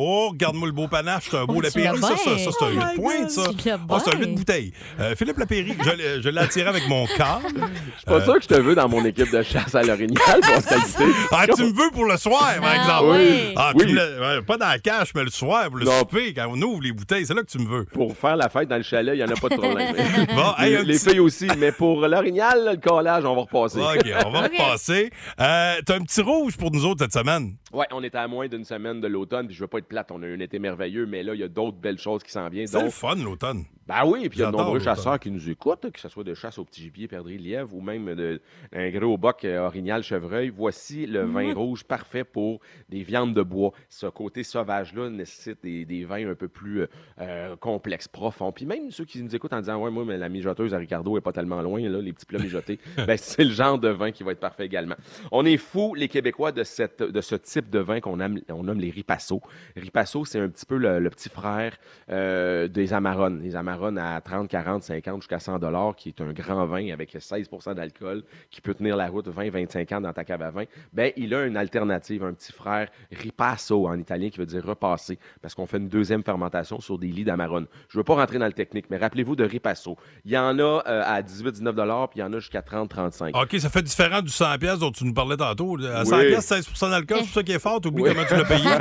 Speaker 3: Oh, regarde-moi le beau panache, c'est un beau
Speaker 12: Oh, tu
Speaker 3: Lapéry.
Speaker 12: l'as
Speaker 3: Ça, ça,
Speaker 12: bien.
Speaker 3: ça, c'est un
Speaker 12: Oh
Speaker 3: 8
Speaker 12: my
Speaker 3: pointes,
Speaker 12: God,
Speaker 3: ça.
Speaker 12: tu l'as
Speaker 3: Ah, c'est un
Speaker 12: bien.
Speaker 3: 8 bouteilles. Euh, Philippe Lapéry, je, l'ai- je l'ai attiré avec mon corps.
Speaker 16: Je suis pas sûr que je te veux dans mon équipe de chasse à l'orignal pour se qualité.
Speaker 3: Ah, tu me veux pour le soir, par
Speaker 16: Ah,
Speaker 3: exemple.
Speaker 16: oui.
Speaker 3: Ah,
Speaker 16: Oui.
Speaker 3: tu me le- ouais, pas dans la cache, mais le soir, pour le souper, quand on ouvre les bouteilles, c'est là que tu me veux.
Speaker 16: Pour faire la fête dans le chalet, il n'y en a pas de problème.
Speaker 3: [LAUGHS] Bon, hey,
Speaker 16: les,
Speaker 3: un
Speaker 16: les
Speaker 3: petit-
Speaker 16: filles aussi, mais pour l'orignal, là, le collage, on va repasser.
Speaker 3: OK, on
Speaker 12: [LAUGHS]
Speaker 3: va repasser. Euh, T'as un petit rouge pour nous autres cette semaine.
Speaker 16: Ouais, on est à moins d'une semaine de l'automne, puis je veux pas être plate, on a eu un été merveilleux, mais là, il y a d'autres belles choses qui s'en viennent.
Speaker 3: C'est
Speaker 16: donc-
Speaker 3: le fun, l'automne.
Speaker 16: Ben oui, puis il y a de
Speaker 3: J'adore
Speaker 16: nombreux
Speaker 3: l'automne.
Speaker 16: chasseurs qui nous écoutent, que ce soit de chasse au petit gibier, perdrix, lièvre ou même de, un gros boc euh, orignal, chevreuil. Voici le vin
Speaker 17: Mhm.
Speaker 16: rouge parfait pour des viandes de bois. Ce côté sauvage-là nécessite des, des vins un peu plus euh, euh, complexes, profonds. Puis même ceux qui nous écoutent en disant Ouais, moi, mais la mijoteuse à Ricardo est pas tellement loin, là, les petits plats mijotés, ben, c'est le genre de vin qui va être parfait également. On est fous, les Québécois, de, cette, de ce type de vin qu'on aime- on nomme les ripassos. Ripasso, c'est un petit peu le, le petit frère euh, des Amarones. Les Amarones à 30, 40, 50 jusqu'à 100 dollars, qui est un grand vin avec 16 d'alcool, qui peut tenir la route 20, 25 ans dans ta cave à vin. Ben, il a une alternative, un petit frère ripasso en italien qui veut dire repasser, parce qu'on fait une deuxième fermentation sur des lits d'Amarone. Je veux pas rentrer dans le technique, mais rappelez-vous de ripasso. Il y en a euh, à 18, 19 dollars, puis il y en a jusqu'à 30, 35.
Speaker 3: OK, ça fait différent du 100$ piastres dont tu nous parlais tantôt. Euh, À
Speaker 16: Oui.
Speaker 3: 100$, piastres, 16 d'alcool, c'est pour ça qui est fort. T'oublies
Speaker 16: Oui.
Speaker 3: comment tu
Speaker 16: [LAUGHS]
Speaker 3: l'as payé.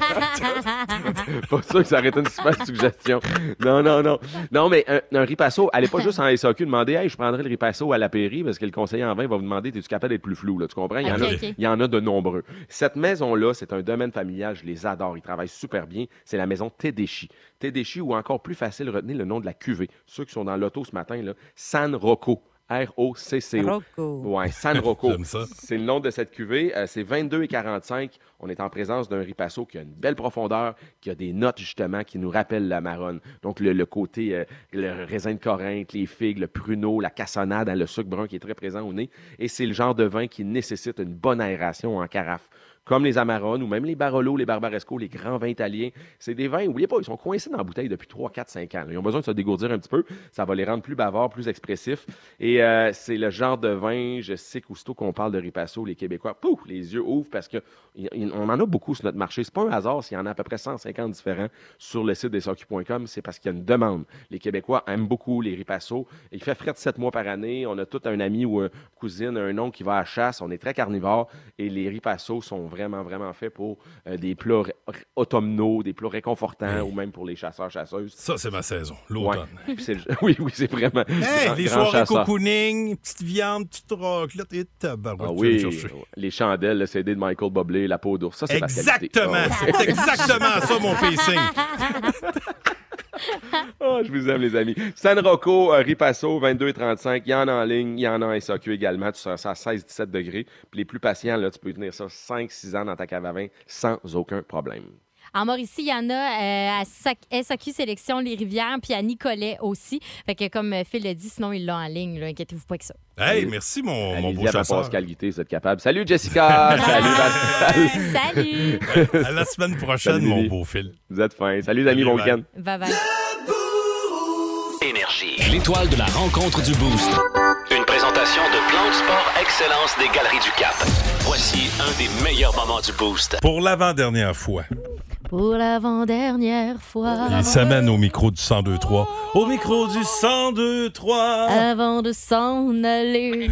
Speaker 16: pas sûr que ça aurait été une super suggestion. Non, non, non. Non, mais un, un ripasso, allez pas juste en SAQ demander Hey, je prendrais le ripasso à la pairie parce que le conseiller en vin va vous demander Es-tu capable d'être plus flou là? Tu comprends? Il y, en
Speaker 17: Ok,
Speaker 16: a,
Speaker 17: ok.
Speaker 16: il y en a de nombreux. Cette maison-là, c'est un domaine familial. Je les adore. Ils travaillent super bien. C'est la maison Tedeschi. Tedeschi, ou encore plus facile, retenez le nom de la cuvée. Ceux qui sont dans l'auto ce matin, là, San Rocco. R-O-C-C-O.
Speaker 8: Rocco.
Speaker 16: Ouais, San Rocco.
Speaker 3: [LAUGHS] J'aime ça.
Speaker 16: C'est le nom de cette cuvée. Euh, c'est 22 et 45. On est en présence d'un ripasso qui a une belle profondeur, qui a des notes justement qui nous rappellent la marronne. Donc le, le côté, euh, le raisin de Corinthe, les figues, le pruneau, la cassonade, hein, le sucre brun qui est très présent au nez. Et c'est le genre de vin qui nécessite une bonne aération en carafe. Comme les Amarones ou même les Barolo, les Barbaresco, les grands vins italiens. C'est des vins, oubliez pas, ils sont coincés dans la bouteille depuis 3, 4, 5 ans. là. Ils ont besoin de se dégourdir un petit peu. Ça va les rendre plus bavards, plus expressifs. Et euh, c'est le genre de vin, je sais qu'aussitôt qu'on parle de Ripasso, les Québécois, pouf, les yeux ouvrent parce que y- y- on en a beaucoup sur notre marché. C'est pas un hasard s'il y en a à peu près 150 différents sur le site des SAQ.com. C'est parce qu'il y a une demande. Les Québécois aiment beaucoup les Ripasso. Il fait frais de 7 mois par année. On a tout un ami ou une cousine, un oncle qui va à la chasse. On est très carnivore et les Ripasso sont vraiment, vraiment faits pour euh, des plats ré- ré- automnaux, des plats réconfortants ou même pour les chasseurs, chasseuses.
Speaker 3: Ça, c'est ma saison, l'automne.
Speaker 16: Ouais. Puis c'est le- [LAUGHS] Oui, oui, c'est vraiment.
Speaker 3: Hey,
Speaker 16: grand-
Speaker 3: les
Speaker 16: grand
Speaker 3: soirées
Speaker 16: chasseur.
Speaker 3: cocooning, petite viande, petite raclette et tabarouette.
Speaker 16: Ah
Speaker 3: tu vas me
Speaker 16: oui,
Speaker 3: chercher.
Speaker 16: les chandelles, le CD de Michael Bublé, la peau d'ours, ça c'est ma qualité.
Speaker 3: Exactement,
Speaker 16: Ah, ouais.
Speaker 3: c'est exactement ça mon pacing.
Speaker 16: Ah, je vous aime les amis. San Rocco, euh, Ripasso, 22,35, il y en a en ligne, il y en a en SAQ également, tu sors ça à 16-17 degrés. Puis les plus patients, là, tu peux tenir ça 5-6 ans dans ta cave à vin sans aucun problème.
Speaker 4: En Mauricie, il y en a euh, à Sac- SAQ Sélection Les Rivières, puis à Nicolet aussi. Fait que comme euh, Phil l'a dit, sinon il l'a en ligne. là. Inquiétez-vous pas que ça.
Speaker 3: Hey, merci mon, mon
Speaker 16: Allez-y
Speaker 3: beau
Speaker 16: à ma
Speaker 3: chasseur.
Speaker 16: passe qualité, vous êtes capable. Salut
Speaker 3: [LAUGHS]
Speaker 16: Jessica! Salut Pascal!
Speaker 4: Salut!
Speaker 3: À la semaine prochaine,
Speaker 16: Salut,
Speaker 3: mon
Speaker 16: Lily.
Speaker 3: beau Phil.
Speaker 16: Vous êtes fins. Salut les amis, bon week-end.
Speaker 4: Bye bye.
Speaker 2: Énergie. L'étoile de la rencontre du Boost. Une présentation de Plan de Sport Excellence des Galeries du Cap. Voici un des meilleurs moments du Boost.
Speaker 3: [LAUGHS] Pour l'avant-dernière fois,
Speaker 4: Pour l'avant-dernière fois.
Speaker 3: il s'amène au micro du 102-3. Au micro du 102-3.
Speaker 4: Avant de s'en
Speaker 3: [LAUGHS]
Speaker 4: aller.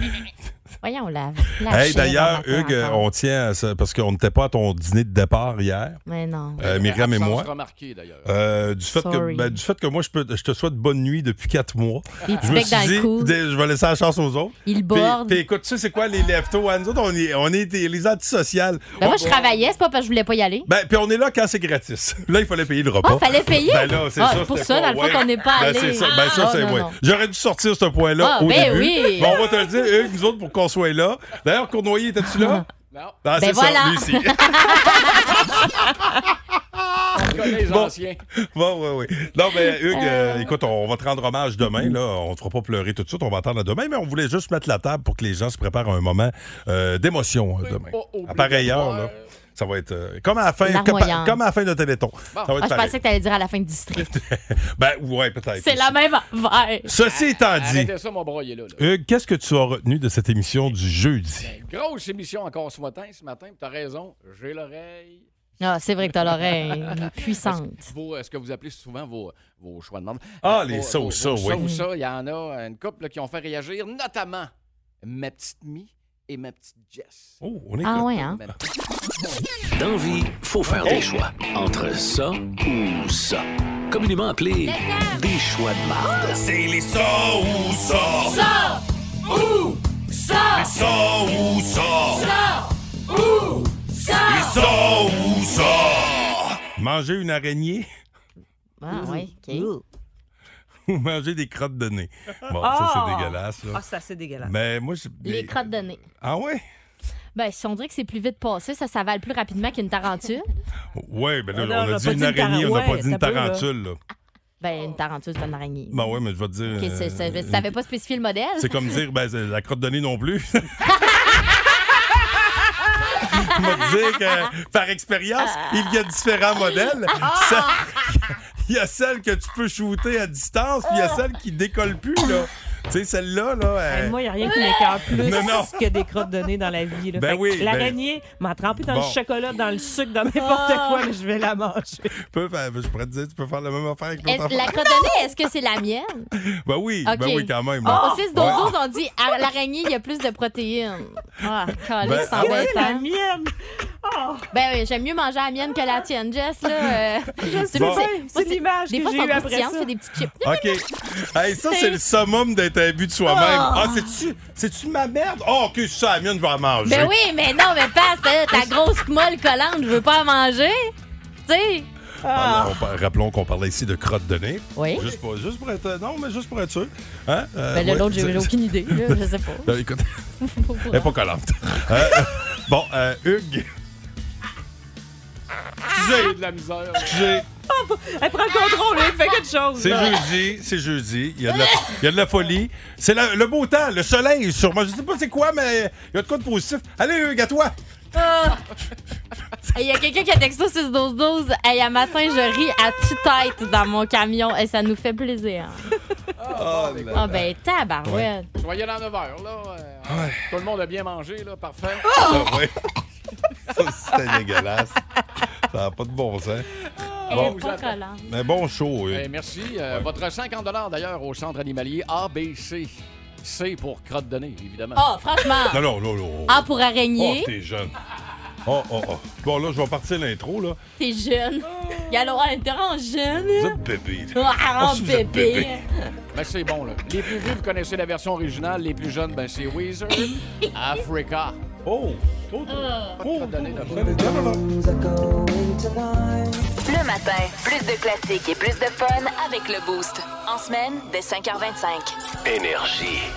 Speaker 4: Voyons, la. la
Speaker 3: Hey,
Speaker 4: chaîne
Speaker 3: d'ailleurs,
Speaker 4: en
Speaker 3: Hugues,
Speaker 4: attendant.
Speaker 3: on tient à ça, parce qu'on n'était pas à ton dîner de départ hier.
Speaker 4: Mais non.
Speaker 3: Euh, Myriam et
Speaker 18: Absence
Speaker 3: moi.
Speaker 18: remarquée, d'ailleurs.
Speaker 3: Euh, du, fait que,
Speaker 18: Sorry.
Speaker 3: ben, du fait que moi, je, peux, je te souhaite bonne nuit depuis quatre mois.
Speaker 18: Des petits
Speaker 3: Je me
Speaker 18: becs
Speaker 3: suis
Speaker 18: dans le
Speaker 3: dit,
Speaker 18: cou.
Speaker 3: dé- je vais laisser la chance aux autres.
Speaker 4: Ils
Speaker 3: Puis-
Speaker 4: bordent.
Speaker 3: Puis écoute, tu sais, c'est quoi les leftos? hein? Nous autres, on est, on est des- les antisociales.
Speaker 4: Ben, moi,
Speaker 3: On-
Speaker 4: je travaillais, c'est pas parce que je voulais pas y aller.
Speaker 3: Ben, puis on est là quand c'est gratis. [LAUGHS] Là, il fallait payer le repas.
Speaker 4: Ah, fallait payer?
Speaker 3: Ben là, c'est
Speaker 4: Ah,
Speaker 3: ça.
Speaker 4: c'est pour
Speaker 3: c'était
Speaker 4: ça, dans le fond, qu'on n'est pas
Speaker 3: ben,
Speaker 4: allé.
Speaker 3: c'est ça. Ben, ça,
Speaker 4: Ah,
Speaker 3: c'est
Speaker 4: non,
Speaker 3: ouais.
Speaker 4: non.
Speaker 3: J'aurais dû sortir ce point-là
Speaker 4: Ah,
Speaker 3: au
Speaker 4: ben
Speaker 3: début.
Speaker 4: oui.
Speaker 3: Bon, on va te le dire, Hugues, nous autres, pour qu'on soit là. D'ailleurs, Cournoyer, étais-tu là? Non. Ah,
Speaker 12: Ben
Speaker 3: c'est
Speaker 12: voilà.
Speaker 3: ça,
Speaker 4: [LAUGHS]
Speaker 3: lui aussi.
Speaker 18: On connaît les
Speaker 3: Bon.
Speaker 18: anciens.
Speaker 3: [LAUGHS] Bon, oui, oui. Non,
Speaker 4: [LAUGHS]
Speaker 3: mais Hugues, euh, écoute, on va te rendre hommage demain. Là. On ne te fera pas pleurer tout de suite. On va attendre à demain, mais on voulait
Speaker 18: Oh,
Speaker 3: juste mettre la table pour que les gens se préparent à un moment euh, d'émotion euh, demain. À pareille heure, là. Ça va être euh, comme à la fin, comme à,
Speaker 4: Larmoyante.
Speaker 3: comme à la fin de Téléthon. Ça va
Speaker 4: Ah,
Speaker 3: être
Speaker 4: je
Speaker 3: pareil.
Speaker 4: pensais que tu allais dire à la fin de district.
Speaker 3: [LAUGHS] Ben, ouais, peut-être.
Speaker 4: C'est la même affaire.
Speaker 3: Ceci étant dit,
Speaker 18: Arrêtez ça, mon bras, Oh, il est là. là.
Speaker 3: Hugues, qu'est-ce que tu as retenu de cette émission du jeudi?
Speaker 18: Grosse émission encore ce matin, ce matin, puis t'as raison, j'ai l'oreille.
Speaker 4: Ah, c'est vrai que t'as l'oreille puissante.
Speaker 18: Vos, euh, ce que vous appelez souvent vos, vos choix de membres.
Speaker 3: Ah,
Speaker 18: Euh,
Speaker 3: les
Speaker 18: vos-
Speaker 3: sauces,
Speaker 18: vos-
Speaker 3: ça, oui.
Speaker 18: vos sauces, il y en a euh, une couple là, qui ont fait réagir, notamment ma petite Mie et ma petite Jess.
Speaker 3: Oh, on
Speaker 2: écoute. Ah ouais,
Speaker 18: hein?
Speaker 2: Dans vie, faut faire des choix. Entre ça ou ça. Communément appelé des choix de marde.
Speaker 12: C'est les ça ou ça. Ça ou ça. Les ça ou ça. Ça ou ça. Les ça ou ça.
Speaker 3: Manger une araignée
Speaker 4: Ah, ouais,
Speaker 3: [LAUGHS]
Speaker 4: OK.
Speaker 3: ou manger des crottes de nez? Bon, ça, c'est
Speaker 4: Ah!
Speaker 3: dégueulasse. là.
Speaker 4: Ah, ça, c'est dégueulasse.
Speaker 3: Mais moi, je-
Speaker 4: Les crottes de nez.
Speaker 3: Ah ouais?
Speaker 4: Ben, si on dirait que c'est plus vite passé, ça s'avale plus rapidement qu'une tarentule.
Speaker 3: Ouais, ben là,
Speaker 4: Ah non,
Speaker 3: on a dit une araignée, on n'a pas dit une tarentule. Là.
Speaker 4: Ben, une tarentule, c'est une araignée.
Speaker 3: Ben ouais, mais je vais te dire.
Speaker 4: OK, c'est- c'est-
Speaker 3: euh,
Speaker 4: tu n'avais pas spécifié le modèle?
Speaker 3: C'est comme dire, ben, c'est la crotte de nez non plus. [LAUGHS] Je vais te dire que, par expérience, il y a différents modèles. Ça- Il y a celle que tu peux shooter à distance, puis il y a celle qui décolle plus, là. Tu sais, celle-là, là.
Speaker 8: Hey,
Speaker 3: elle-
Speaker 8: moi, il n'y a rien qui m'écœure plus
Speaker 3: Non, non.
Speaker 8: [LAUGHS] que des crottes de nez dans la vie. là.
Speaker 3: Ben
Speaker 8: Fait que
Speaker 3: oui, ben-
Speaker 8: L'araignée m'a trempé dans
Speaker 3: Bon.
Speaker 8: le chocolat, dans le sucre, dans n'importe
Speaker 4: Ah.
Speaker 8: quoi, mais je vais la manger.
Speaker 3: Tu peux faire- je pourrais te dire, tu peux faire la même affaire avec
Speaker 4: [LAUGHS] Est-ce-
Speaker 3: l'autre
Speaker 4: la
Speaker 3: affaire.
Speaker 4: crotte de nez, est-ce que c'est la mienne?
Speaker 3: [LAUGHS] Ben oui,
Speaker 4: OK.
Speaker 3: ben oui, quand même.
Speaker 4: Oh,
Speaker 3: là.
Speaker 4: Au 6
Speaker 3: Ouais.
Speaker 4: d'ozose, on dit à l'araignée, il y a plus de protéines. Ah,
Speaker 3: Ben,
Speaker 4: calice,
Speaker 3: ah
Speaker 4: c'est
Speaker 3: ouais.
Speaker 4: la mienne.
Speaker 8: Oh.
Speaker 4: Ben oui, j'aime mieux manger la mienne que la tienne, Jess. Là, euh,
Speaker 3: sais,
Speaker 4: moi,
Speaker 8: c'est l'image
Speaker 4: Des
Speaker 8: que
Speaker 4: fois,
Speaker 8: j'ai
Speaker 4: sont
Speaker 8: eue après
Speaker 4: croustillantes,
Speaker 8: ça.
Speaker 4: c'est des petits chips.
Speaker 3: OK. Hey, ça, c'est le summum d'être imbu de soi-même.
Speaker 4: Ah.
Speaker 3: Ah, c'est-tu, c'est-tu ma merde? Oh, OK, ça, la mienne, je vais la manger.
Speaker 4: Ben oui, mais non, mais passe, hein, ta grosse molle collante, je veux pas la manger. Tu sais?
Speaker 3: Ah, on par- rappelons qu'on parlait ici de crotte de nez.
Speaker 4: Oui.
Speaker 3: Juste pour, juste pour être. Non, mais juste pour être sûr. Hein? Euh,
Speaker 4: Ben, le
Speaker 3: ouais.
Speaker 4: l'autre, j'ai aucune idée, là, je sais pas.
Speaker 3: [LAUGHS] Ben,
Speaker 4: [LAUGHS]
Speaker 3: écoute, elle est pas collante. Euh, euh, bon, euh, Hugues.
Speaker 4: [LAUGHS]
Speaker 3: Excusez.
Speaker 18: de
Speaker 8: [LAUGHS]
Speaker 18: la misère.
Speaker 3: Excusez.
Speaker 8: Elle prend le contrôle, elle fait quelque chose.
Speaker 3: C'est
Speaker 8: là.
Speaker 3: jeudi, c'est jeudi. Il y a de la, il y a de la folie. C'est la- le beau temps, le soleil, sûrement. Je sais pas c'est quoi, mais il y a de quoi de positif. Allez, Hugues, à toi.
Speaker 4: Ah! Il y a quelqu'un qui a texto 6 12 12 Hey, à matin, je ris à tue-tête dans mon camion et ça nous fait plaisir.
Speaker 3: Oh.
Speaker 18: Ah, bon, ben,
Speaker 4: Ah, ben, tabarouette.
Speaker 18: Soyez dans 9 h là. euh, Tout le monde a bien mangé,
Speaker 3: [LAUGHS]
Speaker 18: là, parfait.
Speaker 3: Ah ouais. Ça, C'était Oh, dégueulasse. Ça n'a pas de bon sens.
Speaker 18: Elle
Speaker 3: Bon.
Speaker 18: est pas collante.
Speaker 3: Mais bon show, Hugues.
Speaker 18: Eh, merci. Euh, Votre 50 d'ailleurs au centre animalier ABC. C pour crotte de nez, évidemment.
Speaker 4: Oh, franchement.
Speaker 3: Non, non, non, non.
Speaker 4: Ah, pour
Speaker 3: Oh,
Speaker 4: araignée,
Speaker 3: t'es jeune. Oh, oh, oh. Bon, là, je vais partir l'intro, là.
Speaker 4: t'es jeune. Il y a Laura elle en jeune.
Speaker 3: Oh. Vous êtes bébé. là.
Speaker 4: [LAUGHS] Ah,
Speaker 3: Oh,
Speaker 4: en
Speaker 3: vous êtes
Speaker 4: bébé.
Speaker 18: Ben, c'est bon, là. Les plus vieux, vous connaissez la version originale. Les plus jeunes, ben, c'est
Speaker 4: [LAUGHS]
Speaker 18: Weezer, Africa.
Speaker 3: Oh!
Speaker 1: Le matin, plus de classiques et plus de fun avec le Boost. En semaine, dès 5h25.
Speaker 2: Énergie.